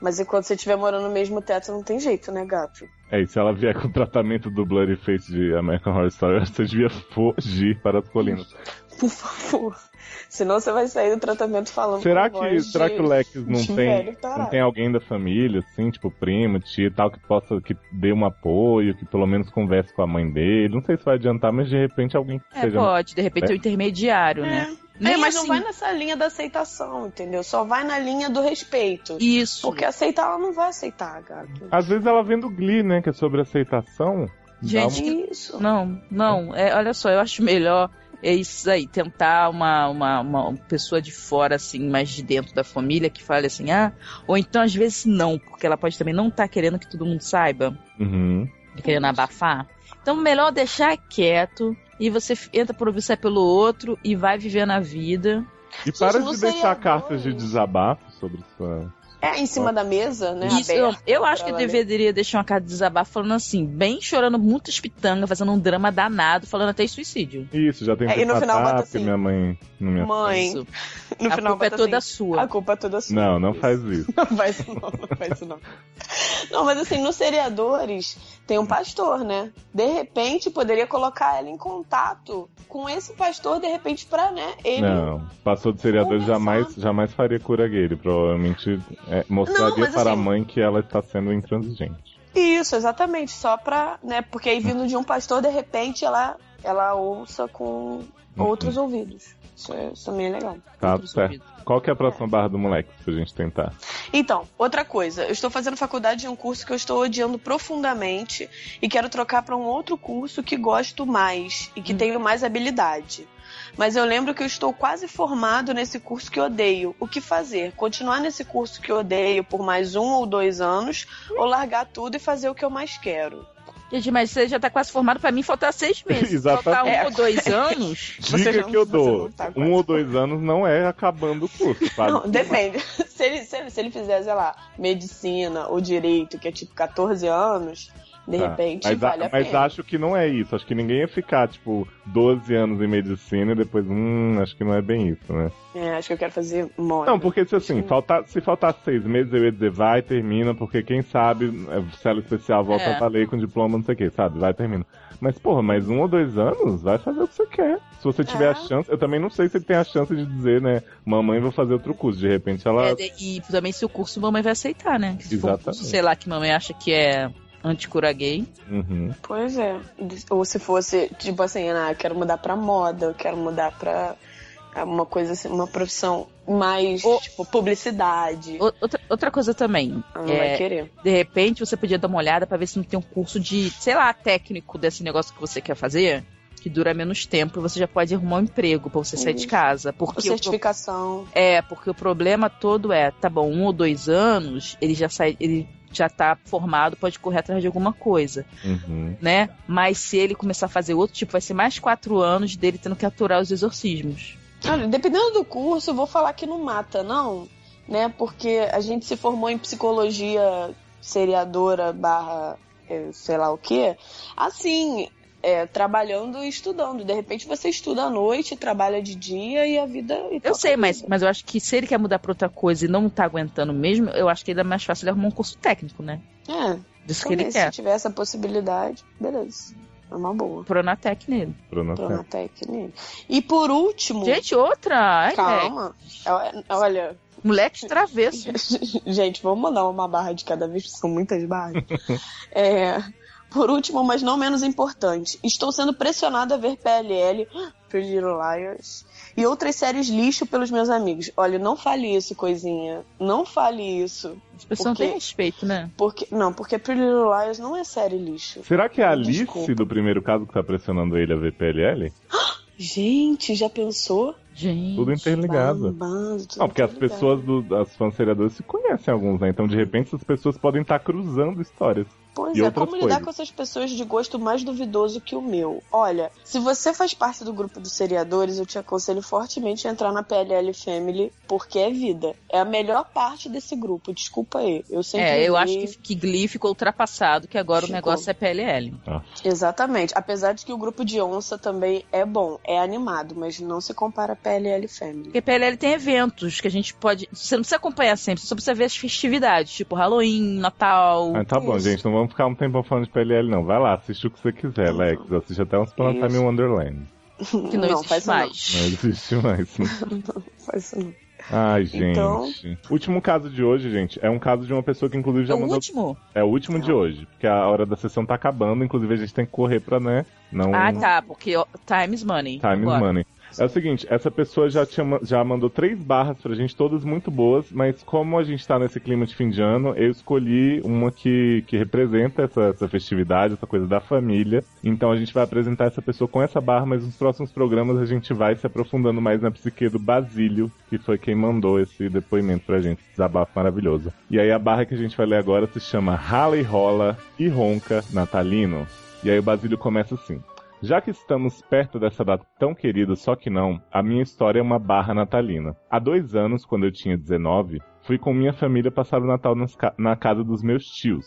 Mas enquanto você estiver morando no mesmo teto, não tem jeito, né, gato? É, e se ela vier com o tratamento do Blurryface de American Horror Story, você devia fugir para as colinas. Por favor. Senão você vai sair do tratamento falando. Será com que, voz será de- que o Lex não de tem, velho tarado. não tem alguém da família, assim, tipo primo, tio e tal, que possa, que dê um apoio, que pelo menos converse com a mãe dele? Não sei se vai adiantar, mas de repente alguém que É, seja... pode. De repente é o intermediário, É. né? É, Nem mas assim. não vai nessa linha da aceitação, entendeu? Só vai na linha do respeito. Isso. Porque é aceitar, ela não vai aceitar, gato. Às vezes ela vem do Glee, né, que é sobre aceitação. dá É Gente, Isso. Não, não. É, olha só, eu acho melhor é isso aí, tentar uma, uma, uma pessoa de fora, assim, mais de dentro da família, que fale assim, ah, ou então às vezes não, porque ela pode também não estar querendo que todo mundo saiba, Uhum. querendo abafar. Então, melhor deixar quieto e você f- entra por um sai pelo outro e vai vivendo a vida. E Gente, para não de sei é deixar agora. cartas de desabafo sobre sua. É em cima da mesa, né? Isso, eu, aberta eu acho pra que eu ela ler. deveria deixar uma carta de desabafo falando assim, bem chorando muitas pitangas, fazendo um drama danado, falando até em suicídio. Isso, já tem É, e no final bota que assim, minha mãe não me Mãe, Isso. no a final culpa é bota toda assim, sua. A culpa é toda sua. Não, não Isso. faz isso. Não faz isso não, não faz isso não. Não, mas assim, nos seriadores tem um pastor, né? De repente poderia colocar ela em contato com esse pastor, de repente, pra, né? Ele. Não, passou de seriador Conversar. jamais, jamais faria cura gay. Ele provavelmente é, mostraria mas para a assim- mãe que ela está sendo intransigente. Isso, exatamente. Só pra, né? Porque aí vindo de um pastor, de repente, ela, ela ouça com Uhum. outros ouvidos. Isso, é, isso também é legal. Tá Outro certo. Qual que é a próxima barra do moleque pra gente tentar? Então, outra coisa, eu estou fazendo faculdade de um curso que eu estou odiando profundamente e quero trocar para um outro curso que gosto mais e que Hum. tenho mais habilidade. Mas eu lembro que eu estou quase formado nesse curso que odeio. O que fazer? Continuar nesse curso que odeio por mais um ou dois anos ou largar tudo e fazer o que eu mais quero? Gente, mas você já tá quase formado pra mim faltar seis meses. Exatamente. Faltar um É. ou dois anos. Dica já- que eu você dou. não tá quase um ou dois anos não é acabando o curso, sabe? Não, depende. Se ele, se, ele, se ele fizer, sei lá, medicina ou direito, que é tipo 14 anos, De Tá. repente, Mas, a- vale a mas pena. acho que não é isso. Acho que ninguém ia ficar, tipo, 12 anos em medicina e depois, hum, acho que não é bem isso, né? É, acho que eu quero fazer moda. Não, porque se assim, Sim. faltar, se faltar seis meses, eu ia dizer vai, termina, porque quem sabe, é, célula especial volta É. a valer com diploma, não sei o que, sabe? Vai, termina. Mas, porra, mais um ou dois anos, vai fazer o que você quer. Se você tiver É. a chance, eu também não sei se ele tem a chance de dizer, né, mamãe, vou fazer outro curso. De repente ela. É, de- e também se o curso mamãe vai aceitar, né? Se for um curso, Exatamente. sei lá, que mamãe acha que é anticura gay. Uhum. Pois é. Ou se fosse, tipo assim, ah, eu quero mudar pra moda, eu quero mudar pra uma coisa assim, uma profissão mais, Ou- tipo, publicidade. O- Outra, outra coisa também, Ela Ah, não é, vai querer. de repente você podia dar uma olhada pra ver se não tem um curso de, sei lá, técnico desse negócio que você quer fazer, que dura menos tempo e você já pode arrumar um emprego pra você sair de Isso. casa. Ou Porque o pro- certificação. É, porque o problema todo é, tá bom, um ou dois anos, ele já sai, ele já tá formado, pode correr atrás de alguma coisa, Uhum. né? Mas se ele começar a fazer outro tipo, vai ser mais quatro anos dele tendo que aturar os exorcismos. Olha, dependendo do curso, eu vou falar que não mata, não. Né? Porque a gente se formou em psicologia seriadora barra eh, sei lá o quê. Assim, é, trabalhando e estudando. De repente você estuda à noite, trabalha de dia e a vida. e tá toca Eu a sei, mas, vida. mas eu acho que se ele quer mudar pra outra coisa e não tá aguentando mesmo, eu acho que ainda é mais fácil ele arrumar um curso técnico, né? É, Disso que também, ele se quer. tiver essa possibilidade, beleza. É uma boa. Pronatec nele. Pronatec. Pronatec nele. E por último. Gente, outra! Ai, é. Hum. Calma. É, Olha, Moleque travesso. gente, vamos mandar uma barra de cada vez, porque são muitas barras. É, por último, mas não menos importante, estou sendo pressionada a ver PLL, Pretty Little Liars, e outras séries lixo pelos meus amigos. Olha, não fale isso, coisinha. Não fale isso. As pessoas não Porque- têm respeito, né? Porque, não, porque Pretty Little Liars não é série lixo. Será que é a Alice Desculpa. do primeiro caso que tá pressionando ele a VPLL? Gente, já pensou? Gente. Tudo interligado. Bambando, tá tudo Não, porque as interligado. pessoas, do, as fãs seriadoras se conhecem alguns, né? Então, de repente, essas pessoas podem estar cruzando histórias. Pois E é, outras como lidar coisas. com essas pessoas de gosto mais duvidoso que o meu? Olha, se você faz parte do grupo dos seriadores, eu te aconselho fortemente a entrar na PLL Family, porque é vida. É a melhor parte desse grupo, desculpa aí. Eu sempre É, eu vi- acho que, que Glee ficou ultrapassado, que agora o Ficou. negócio é PLL. Exatamente. Apesar de que o grupo de onça também é bom, é animado, mas não se compara a PLL Family. Porque PLL tem eventos que a gente pode. Você não precisa acompanhar sempre, você só precisa ver as festividades, tipo Halloween, Natal. Ah, tá bom, Isso. gente, não vamos ficar um tempão falando de PLL, não. Vai lá, assiste o que você quiser, Uhum. Lex. Assiste até uns Planet Isso. Time Wonderland. que não, existe faz isso não. Não mais. existe mais. Faz isso não. Ai, gente. Então- O último caso de hoje, gente, é um caso de uma pessoa que, inclusive, já É o mandou. último? É o último de hoje, porque a hora da sessão tá acabando, inclusive a gente tem que correr pra, né? Não. Ah, tá, porque ó, Time is Money. Time is Agora. money. É o seguinte, essa pessoa já, tinha ma- já mandou três barras pra gente, todas muito boas, mas como a gente tá nesse clima de fim de ano, eu escolhi uma que, que representa essa, essa festividade, essa coisa da família. Então a gente vai apresentar essa pessoa com essa barra, mas nos próximos programas a gente vai se aprofundando mais na psique do Basílio, que foi quem mandou esse depoimento pra gente, esse desabafo maravilhoso. E aí a barra que a gente vai ler agora se chama Rala e Rola e Ronca Natalino. E aí o Basílio começa assim. Já que estamos perto dessa data tão querida, só que não, a minha história é uma barra natalina. Há dois anos, quando eu tinha 19, fui com minha família passar o Natal nas ca- na casa dos meus tios.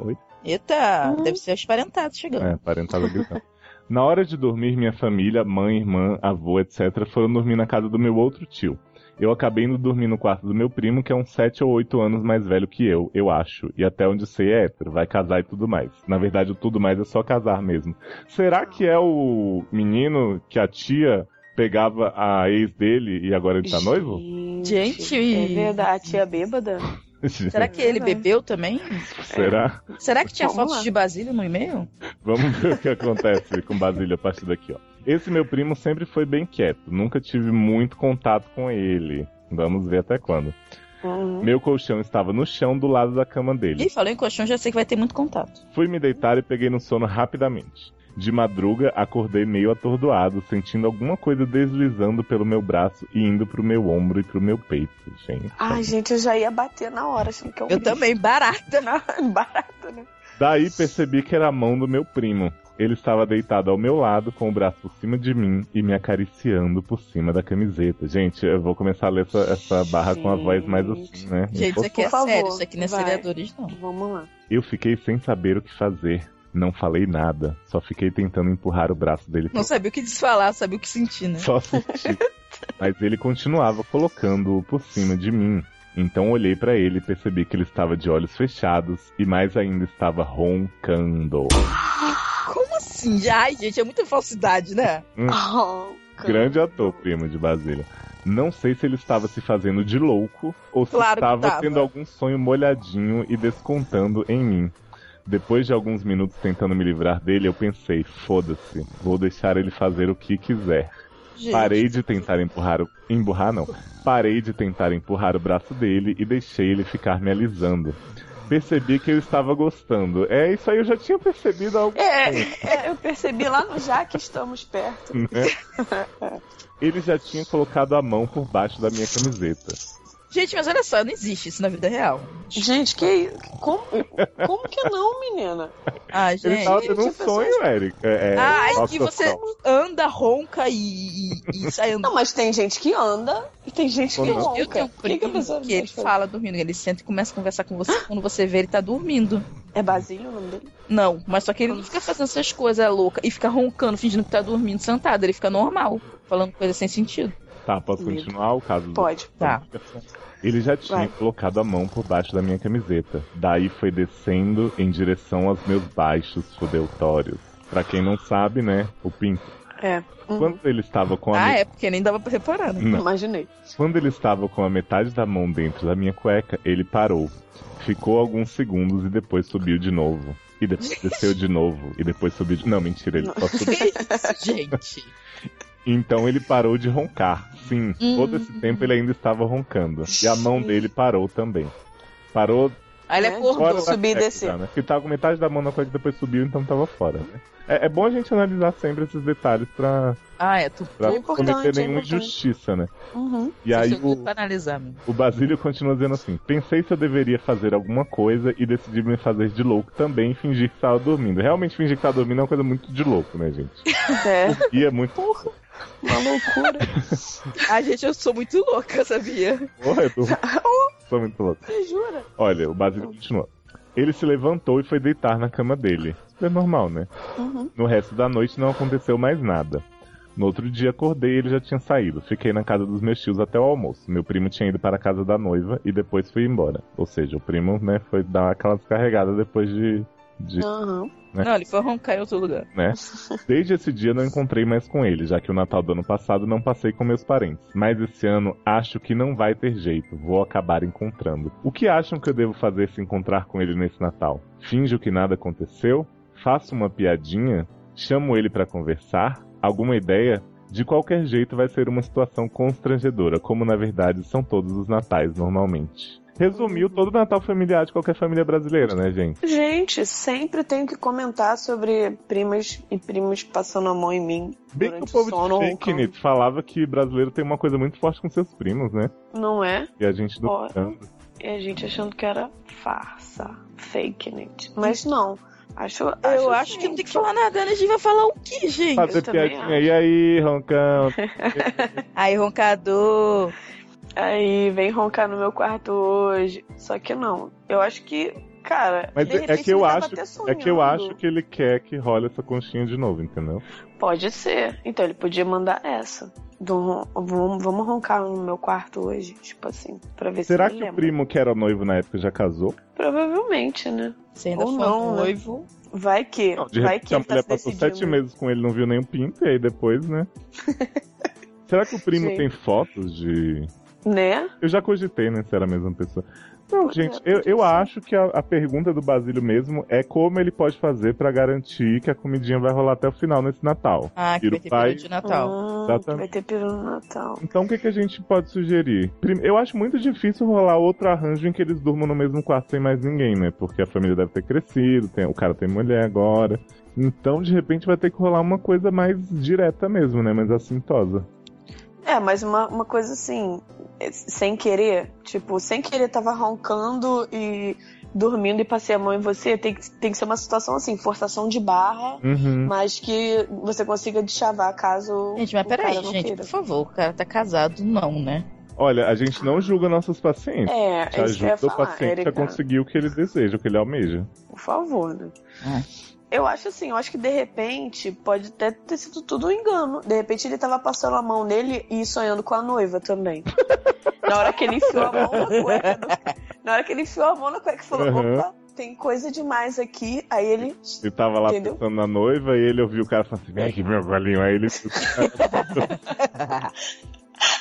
Oi? Eita, Uhum. deve ser os parentados chegando. É, parentada gritando. Na hora de dormir, minha família, mãe, irmã, avô, etc., foram dormir na casa do meu outro tio. Eu acabei indo dormir no quarto do meu primo, que é uns 7 ou 8 anos mais velho que eu, eu acho. E até onde sei é hétero, vai casar e tudo mais. Na verdade, o tudo mais é só casar mesmo. Será que é o menino que a tia pegava a ex dele e agora ele tá noivo? Gente. É verdade, a tia bêbada? Será que ele bebeu também? Será? Será que tinha Vamos fotos lá. de Basílio no e-mail? Vamos ver o que acontece com Basílio a partir daqui, ó. Esse meu primo sempre foi bem quieto, nunca tive muito contato com ele. Vamos ver até quando. Uhum. Meu colchão estava no chão do lado da cama dele. Ih, falou em colchão, já sei que vai ter muito contato. Fui me deitar e peguei no sono rapidamente. De madruga, acordei meio atordoado, sentindo alguma coisa deslizando pelo meu braço e indo pro meu ombro e pro meu peito, gente. Ai, gente, eu já ia bater na hora, achando que é um Eu também, barato. barato, né? Daí percebi que era a mão do meu primo. Ele estava deitado ao meu lado, com o braço por cima de mim e me acariciando por cima da camiseta. Gente, eu vou começar a ler essa, essa barra com a voz mais assim, né? Gente, isso aqui é Por favor, sério, isso aqui não é vai. seriadores, não. Vamos lá. Eu fiquei sem saber o que fazer. Não falei nada. Só fiquei tentando empurrar o braço dele Não sabia o que desfalar, sabia o que sentir, né? Só senti. Mas ele continuava colocando-o por cima de mim. Então olhei pra ele e percebi que ele estava de olhos fechados e mais ainda estava roncando. Como assim? Ai, gente, é muita falsidade, né? Oh, Hum. Grande ator, primo de Basília. Não sei se ele estava se fazendo de louco ou se Claro que estava tava. tendo algum sonho molhadinho e descontando em mim. Depois de alguns minutos tentando me livrar dele, eu pensei: foda-se, vou deixar ele fazer o que quiser. Gente, Parei de tentar empurrar o. Emburrar não. Parei de tentar empurrar o braço dele e deixei ele ficar me alisando. Percebi que eu estava gostando. É, isso aí eu já tinha percebido há algum tempo, É, é, eu percebi lá no já que estamos perto. né? Ele já tinha colocado a mão por baixo da minha camiseta. gente, mas olha só, não existe isso na vida real. Gente, que isso? como, como que não, menina? Ah, Ele gente. tava tendo um tinha pensado- sonho, Eric. É, é, Ah, é nossa, que você não. anda, ronca e, e, e sai andando. Não, mas tem gente que anda e tem gente que Quando- ronca. Eu tenho um O que que a pessoa primo que ele pode fazer? fala dormindo. Ele senta e começa a conversar com você. Quando você vê, ele tá dormindo. É Basílio o nome dele? Não, mas só que ele não fica fazendo essas coisas loucas e fica roncando, fingindo que tá dormindo sentado. Ele fica normal, falando coisas sem sentido. Tá, posso Medo. continuar o caso do Pode. Tá. Ele já tinha Vai. colocado a mão por baixo da minha camiseta. Daí foi descendo em direção aos meus baixos fudeutórios. Pra quem não sabe, né, o pinto. É. Uhum. Quando ele estava com a Ah, me- é, porque nem dava pra reparar, né? Não. Imaginei. quando ele estava com a metade da mão dentro da minha cueca, ele parou. Ficou alguns segundos e depois subiu de novo. E depois desceu de novo e depois subiu. De... Não, mentira, ele só subiu. gente. Então ele parou de roncar. Sim, Hum. todo Uhum. esse tempo ele ainda estava roncando. E a mão dele parou também. Parou Aí ele É, fora acordou. da Subir e cueca descer. já, né? Porque tava com metade da mão na cueca e depois subiu, então tava fora, né? É, é bom a gente analisar sempre esses detalhes pra, Ah, é, tu pra É não importante, cometer é nenhuma importante. injustiça, né? Uhum. E aí o, pra analisar, meu. o Basílio continua dizendo assim: Pensei se eu deveria fazer alguma coisa e decidi me fazer de louco também e fingir que tava dormindo. Realmente fingir que tava dormindo é uma coisa muito de louco, né, gente? É. E é muito. Uma loucura. Ai, Ah, gente, eu sou muito louca, sabia? Porra, eu tô... Sou muito louco. Você jura? Olha, o Basílio continua. Ele se levantou e foi deitar na cama dele. Isso é normal, né? Uhum. No resto da noite não aconteceu mais nada. No outro dia acordei e ele já tinha saído. Fiquei na casa dos meus tios até o almoço. Meu primo tinha ido para a casa da noiva e depois foi embora. Ou seja, o primo, né, foi dar aquela descarregada depois de. de Aham. É. Não, ele foi roncar em outro lugar. né? Desde esse dia não encontrei mais com ele, já que o Natal do ano passado não passei com meus parentes. Mas esse ano acho que não vai ter jeito, vou acabar encontrando. O que acham que eu devo fazer se encontrar com ele nesse Natal? Finjo que nada aconteceu? Faço uma piadinha? Chamo ele pra conversar? Alguma ideia? De qualquer jeito vai ser uma situação constrangedora, como na verdade são todos os natais normalmente. Resumiu todo o Natal familiar de qualquer família brasileira, né, gente? Gente, sempre tenho que comentar sobre primas e primos passando a mão em mim. Bem que o durante povo o sono então. de ou quando- Fakenit falava que brasileiro tem uma coisa muito forte com seus primos, né? Não é? E a gente do Ó, E a gente achando que era farsa, fake news. Mas não. Acho, Hum. assim. Eu acho, sim. que não tem que falar nada, né? A gente vai falar o quê, gente? fazer também piadinha. E aí, Roncão? Aí, roncador. Aí vem roncar no meu quarto hoje. Só que não. Eu acho que, cara. Mas de é- é repente que eu ele tava acho- até É que eu sonhando. acho que ele quer que role essa conchinha de novo, entendeu? Pode ser. Então ele podia mandar essa. Do ron- vamos, vamos roncar no meu quarto hoje. Tipo assim, pra ver Será se que ele o lembra. primo que era noivo na época já casou? Provavelmente, né? Você ainda foi Ou um não, né? noivo. Vai que. Não, de vai repente que a ele tá mulher se passou decidindo. sete meses com ele e não viu nenhum pinto, e aí depois, né? Será que o primo Sim. tem fotos de. Né? Eu já cogitei, né, se era a mesma pessoa. Não, Pois é, gente, eu, pode eu ser. acho que a, a pergunta do Basílio mesmo é como ele pode fazer pra garantir que a comidinha vai rolar até o final nesse Natal. Ah, que Tiro vai ter pai. período de Natal. Hum, Exatamente. vai ter peru no Natal. Então o que, que a gente pode sugerir? Prime- Eu acho muito difícil rolar outro arranjo em que eles durmam no mesmo quarto sem mais ninguém, né? Porque a família deve ter crescido, tem- o cara tem mulher agora. Então, de repente, vai ter que rolar uma coisa mais direta mesmo, né? Mais assintosa. É, mas uma, uma coisa assim, é, sem querer, tipo, sem querer tava roncando e dormindo e passei a mão em você, tem que, tem que ser uma situação assim, forçação de barra, Uhum. mas que você consiga deschavar caso. Gente, mas o cara peraí, não gente, queira. por favor, o cara tá casado, não, né? Olha, a gente não julga nossos pacientes. É, Te é isso que eu ia ajuda o falar, paciente a Erika. conseguir o que ele deseja, o que ele almeja. Por favor, né? É. Eu acho assim, eu acho que de repente pode até ter sido tudo um engano. De repente ele tava passando a mão nele e sonhando com a noiva também. na hora que ele enfiou a mão na cueca. do- Na hora que ele enfiou a mão na cueca e falou, Uhum. opa, tem coisa demais aqui. Aí ele. Ele tava lá Entendeu? pensando na noiva e ele ouviu o cara falando assim, vem aqui meu galinho. Aí ele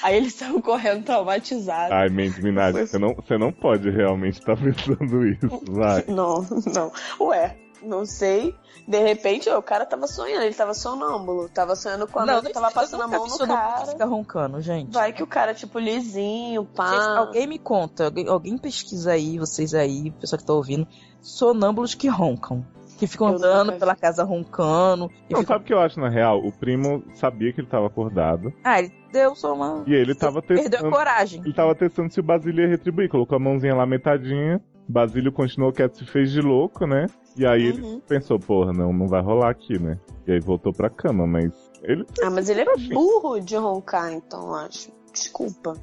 Aí ele saiu correndo traumatizado. Ai, Mandy Minaj, Foi- você não, você não pode realmente estar pensando isso, vai. Não, não. Ué, não sei. De repente, ó, o cara tava sonhando, ele tava sonâmbulo, tava sonhando com a noiva, tava passando a mão no cara. Fica roncando, gente. Vai que o cara, tipo, lisinho, pá. Gente, alguém me conta, alguém, alguém pesquisa aí, vocês aí, pessoal que tá ouvindo, sonâmbulos que roncam. Que ficam Eu nunca andando vi. pela casa roncando. E Não, tá- ficam- sabe o que eu acho, na real? O primo sabia que ele tava acordado Ah, ele deu só uma. e ele tava Perdeu a testando. coragem. Ele tava testando se o Basílio ia retribuir. Colocou a mãozinha lá metadinha. Basílio continuou quieto, se fez de louco, né? E aí ele Uhum. pensou, porra, não, não vai rolar aqui, né? E aí voltou pra cama, mas ele Ah, mas ele é burro de roncar, então, eu acho. Desculpa.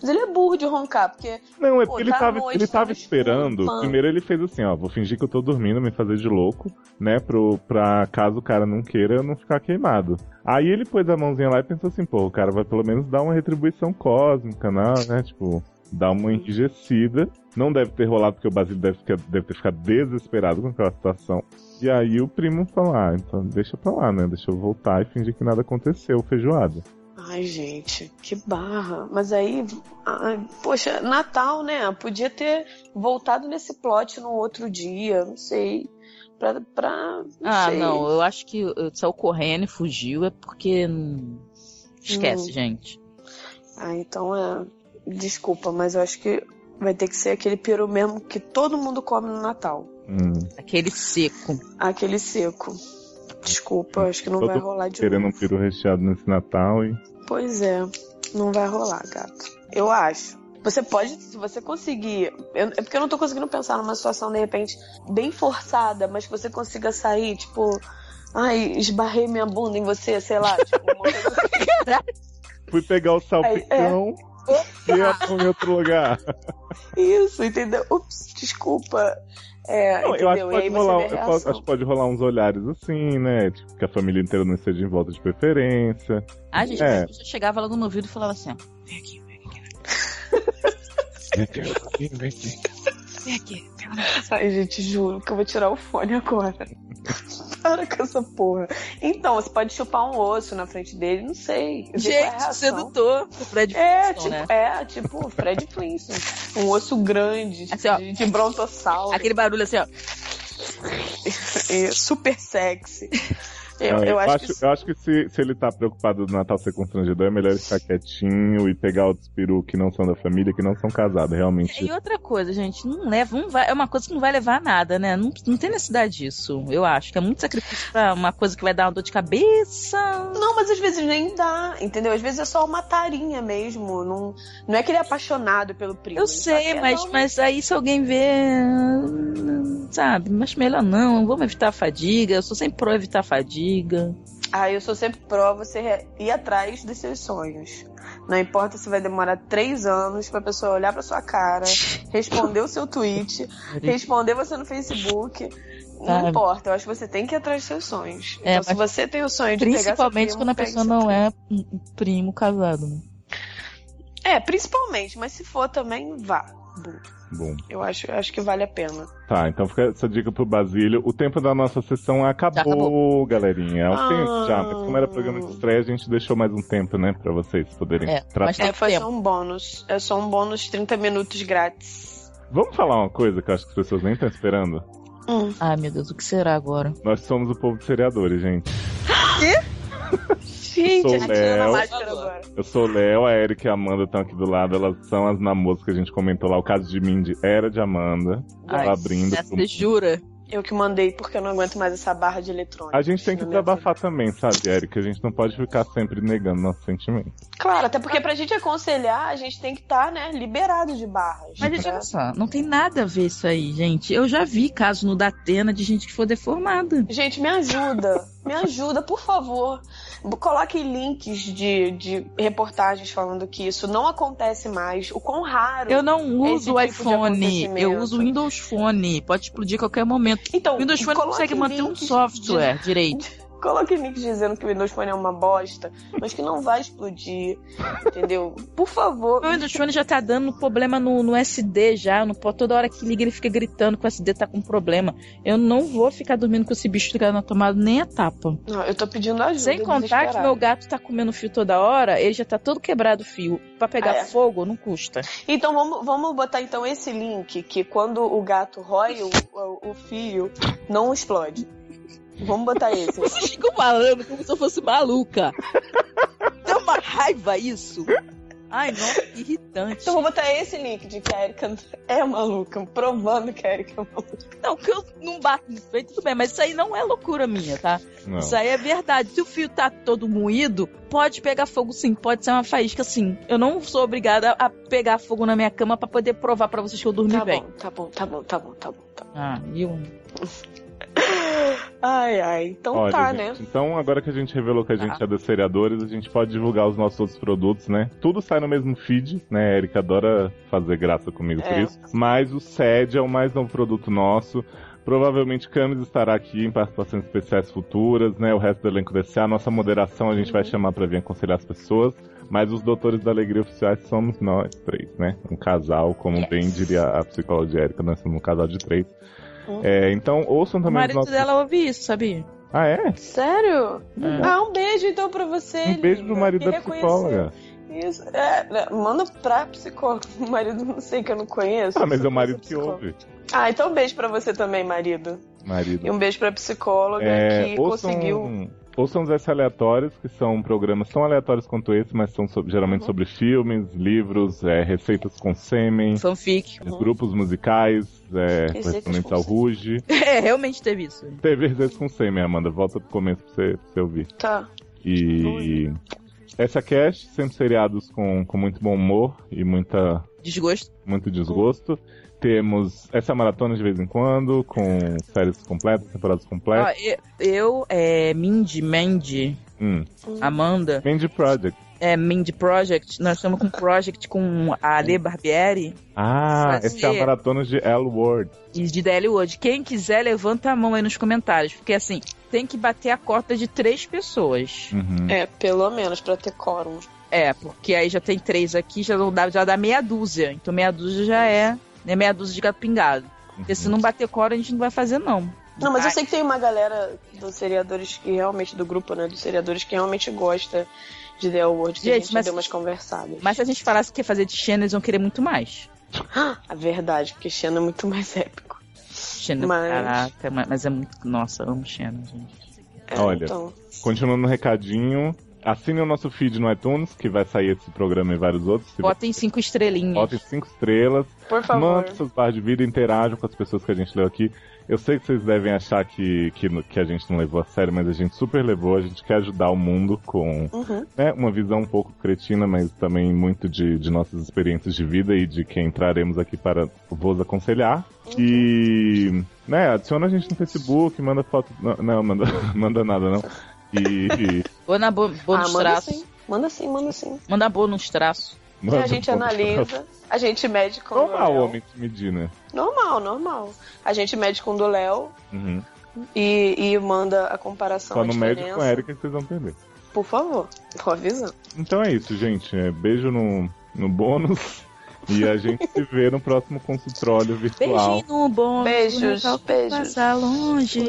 Mas ele é burro de roncar, porque. Não, é Pô, porque ele tá à tava, noite, ele tá tava no escuro, esperando. pã. Primeiro ele fez assim, ó, vou fingir que eu tô dormindo, me fazer de louco, né? Pro, pra caso o cara não queira eu não ficar queimado. Aí ele pôs a mãozinha lá e pensou assim, pô, o cara vai pelo menos dar uma retribuição cósmica, né? né, Tipo, dar uma enrijecida. Não deve ter rolado, porque o Basílio deve, ficar- deve ter ficado desesperado com aquela situação. E aí o primo falou, ah, então deixa pra lá, né? Deixa eu voltar e fingir que nada aconteceu, feijoada. Ai, gente, que barra. Mas aí. ai, poxa, Natal, né? Podia ter voltado nesse plot no outro dia, não sei. Pra. pra não Ah, sei. não, eu acho que eh, saiu correndo e fugiu é porque. hum, Esquece, Hum. gente. Ah, então é. Desculpa, mas eu acho que vai ter que ser aquele peru mesmo que todo mundo come no Natal. Hum, Aquele seco. Aquele seco. Desculpa, eu acho que não Todo vai rolar de querendo novo. um peru recheado nesse Natal e. Pois é, não vai rolar, gato. Eu acho. Você pode, se você conseguir. eu- é porque eu não tô conseguindo pensar numa situação, de repente, bem forçada, mas que você consiga sair, tipo. Ai, esbarrei minha bunda em você, sei lá. Tipo, uma coisa assim. Fui pegar é, o salpicão e ia pra um outro lugar. Isso, entendeu? Ups, desculpa. É, Não, entendeu? eu acho que e pode aí você rolar, um, vê a eu reação. posso- acho que pode rolar uns olhares assim, né? Tipo, que a família inteira não esteja em volta de preferência. Ah, gente, É. a pessoa chegava logo no ouvido e falava assim: ó, vem aqui, vem aqui, vem aqui. Ai, gente, juro que eu vou tirar o fone agora. Para com essa porra. Então, você pode chupar um osso na frente dele, não sei. Ver qual é a Gente, reação. sedutor. Fred É, Flintstone, tipo, né? é, tipo Fred Flintstone. Um osso grande, tipo, Assim, ó. de, de brontossauro. Aquele barulho assim, ó. É, super sexy. Eu, Não, eu acho, que. eu acho que se, se ele tá preocupado do Natal ser constrangedor, é melhor ele ficar quietinho e pegar outros peru que não são da família, que não são casados. Realmente, E outra coisa, gente, não leva, não vai, é uma coisa que não vai levar a nada, né? Não, não tem necessidade disso, eu acho. Que é muito sacrifício pra uma coisa que vai dar uma dor de cabeça. Não, mas às vezes nem dá, entendeu? Às vezes é só uma tarinha mesmo. Não, não é que ele é apaixonado pelo primo. Eu ele só sei, quer mas, dar um- mas aí se alguém vê. Sabe, mas melhor não, vamos evitar a fadiga. Eu sou sempre pro evitar a fadiga. Ah, eu sou sempre pró você re- ir atrás dos seus sonhos. Não importa se vai demorar três anos pra pessoa olhar pra sua cara, responder o seu tweet, responder você no Facebook. Não Sabe? importa, eu acho que você tem que ir atrás dos seus sonhos. Tá. É, então, se você tem o sonho de pegar seu Principalmente primo, quando a pegue pessoa seu não primo. é um um primo casado. né? É, principalmente, mas se for também, vá. bom. Eu acho, eu acho que vale a pena. Tá, então fica essa dica pro Basílio. O tempo da nossa sessão acabou, Já galerinha. É um Ah. tempo já, mas como era programa de estreia, a gente deixou mais um tempo, né? Pra vocês poderem É, tratar. mas- Tá É, foi tempo. só um bônus. É só um bônus 30 minutos grátis. Vamos falar uma coisa que eu acho que as pessoas nem estão esperando? Hum. Ai meu Deus, o que será agora? Nós somos o povo de seriadores, gente. Gente, Sou a Tina Léo. Máscara agora. Eu sou o Léo, a Erika e a Amanda estão aqui do lado. Elas são as namoras que a gente comentou lá. O caso de Mindy era de Amanda. Ela Ai, Tá abrindo. Você jura? Eu que mandei porque eu não aguento mais essa barra de eletrônicos. A gente tem que na minha desabafar também, sabe, Erika? A gente não pode ficar sempre negando nossos sentimentos. vida. Claro, até porque pra gente aconselhar, a gente tem que estar, né, liberado de barras. Mas né? olha só, não tem nada a ver isso aí, gente. Eu já vi caso no Datena de gente que foi deformada. Gente, me ajuda. Me ajuda, por favor. B- Coloque links de, de reportagens falando que isso não acontece mais. O quão raro. Eu não Esse uso tipo de iPhone, eu acontecimento. uso Windows Phone. Pode explodir a qualquer momento. Então, O Windows Phone não coloque consegue manter um links software direito. de- Coloque links dizendo que o Windows Phone é uma bosta, mas que não vai explodir. entendeu? Por favor. Meu Windows Phone já tá dando problema no, no SD já. Eu não posso, toda hora que liga ele fica gritando que o SD tá com problema. Eu não vou ficar dormindo com esse bicho ligado na tomada nem a tapa. Não, eu tô pedindo ajuda. Sem contar que desesperada. meu gato tá comendo fio toda hora, ele já tá todo quebrado o fio. Pra pegar Ah, é? fogo, não custa. Então vamos, vamos botar então esse link que quando o gato rói o, o- o fio, não explode. Vamos botar esse. Vocês ficam falando um como se eu fosse maluca. Dá uma raiva isso. Ai, nossa, que irritante. Então vou botar esse link de que a Erika é maluca, provando que a Erika é maluca. Não, que eu não bato no peito, tudo bem, mas isso aí não é loucura minha, tá? Não. Isso aí é verdade. Se o fio tá todo moído, pode pegar fogo sim, pode ser uma faísca sim. Eu não sou obrigada a pegar fogo na minha cama pra poder provar pra vocês que eu dormi Tá bem. bom, tá bom, tá bom, tá bom, tá bom. tá bom. Ah, viu? Ai, ai, então Olha, tá, né? gente, Então, agora que a gente revelou que a gente Tá. é dos seriadores, a gente pode divulgar os nossos outros produtos, né? Tudo sai no mesmo feed, né? A Erika adora fazer graça comigo por É. isso. Mas o SED é o mais novo produto nosso. Provavelmente Camis estará aqui em participações especiais futuras, né? O resto do elenco desse A nossa moderação a gente Uhum. vai chamar pra vir aconselhar as pessoas. Mas os doutores da alegria oficiais somos nós três, né? Um casal, como Yes. bem diria a psicóloga de Erika, nós somos um casal de três. Uhum. É, então ouçam O também os marido nossos. dela ouve isso, sabia? Ah, é? Sério? É. Ah, um beijo então pra você. Um beijo pro linda. marido Que da reconhecido. psicóloga. Isso. É, né, manda pra psicóloga. O marido não sei que eu não conheço. Ah, mas é Só o marido que psicóloga. ouve. Ah, então um beijo pra você também, marido. E Marido. um beijo pra psicóloga É, que ouçam, conseguiu. ouçam os S aleatórios, que são programas tão aleatórios quanto esse, mas são sobre- geralmente Uhum. sobre filmes, livros, é, receitas com sêmen, Fanfic. Uhum. grupos musicais, é, Receitas correspondentes com ao sêmen. Ruge. É, realmente teve isso. Teve receitas com sêmen, Amanda. Volta pro começo pra você, pra você ouvir. Tá. E. Essa cast, sempre seriados com, com muito bom humor e muita Desgosto. muito desgosto. Temos essa maratona de vez em quando, com séries completas, temporadas Ó, completas. eu, eu, é, Mindy, Mandy, Hum. Amanda, Mandy Project. é, Mindy Project, nós estamos com um project com a Ale Barbieri Ah, Fazer. essa é a maratona de L Word. e de DL Wood. Quem quiser, levanta a mão aí nos comentários, porque assim, tem que bater a cota de três pessoas. Uhum. É, pelo menos pra ter quórum. É, porque aí já tem três aqui, já, não dá, já dá meia dúzia. Então meia dúzia já é, né, meia dúzia de gato pingado. Porque se não bater cora, a gente não vai fazer, não. Não, mas eu Ai. sei que tem uma galera dos seriadores que realmente, do grupo, né? Dos seriadores que realmente gosta de The World, que a Gente, gente mas- deu umas conversadas. Mas se a gente falasse que ia fazer de Xena, eles iam querer muito mais. A verdade, porque Xena é muito mais épico. Xena, Mas- caraca, mas, mas é muito. Nossa, eu amo Xena, gente. É, Olha. Então, Continuando no recadinho, assinem o nosso feed no iTunes, que vai sair esse programa e vários outros. Se Botem cinco estrelinhas. Botem cinco estrelas, por favor. mandem seus barras de vida, interajam com as pessoas que a gente leu aqui. Eu sei que vocês devem achar que, que, no- que a gente não levou a sério, mas a gente super levou. A gente quer ajudar o mundo com Uhum. né, uma visão um pouco cretina, mas também muito de, de nossas experiências de vida e de quem entraremos aqui para vos aconselhar. E, né, adiciona a gente no Facebook, manda foto. Não, não, manda, manda nada, não. E. e- Ou na bo- Ah, bônus manda traço. sim. Manda sim, manda sim. Manda bônus traço. E a gente manda- um analisa, a gente mede com Normal, o Léo. homem né? de Medina. Normal, normal. A gente mede com o do Léo Uhum. e, e manda a comparação. Só a no médico com diferença. a Erika que vocês vão perder. Por favor, tô avisando. Então é isso, gente. É, beijo no, no bônus. E a gente se vê no próximo consultório virtual. Beijinho no bônus. Beijos, Natal beijos. Passar longe.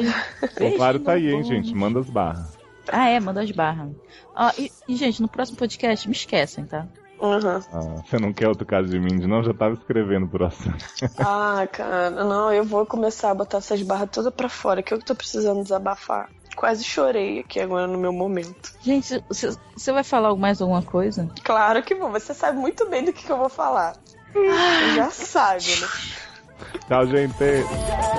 O Claro Beijinho tá aí, no hein, bônus. gente. Manda as barras. Ah, é, manda as barras. Ó, e, e, gente, no próximo podcast, me esquecem, tá? Uhum. Ah, você não quer outro caso de Mindy, não? Já tava escrevendo pro próximo. Ah, cara, não, eu vou começar a botar essas barras todas pra fora, que eu que tô precisando desabafar. Quase chorei aqui agora no meu momento. Gente, você você vai falar mais alguma coisa? Claro que vou, você sabe muito bem do que, que eu vou falar. Você já sabe, né? Tchau, gente. Thank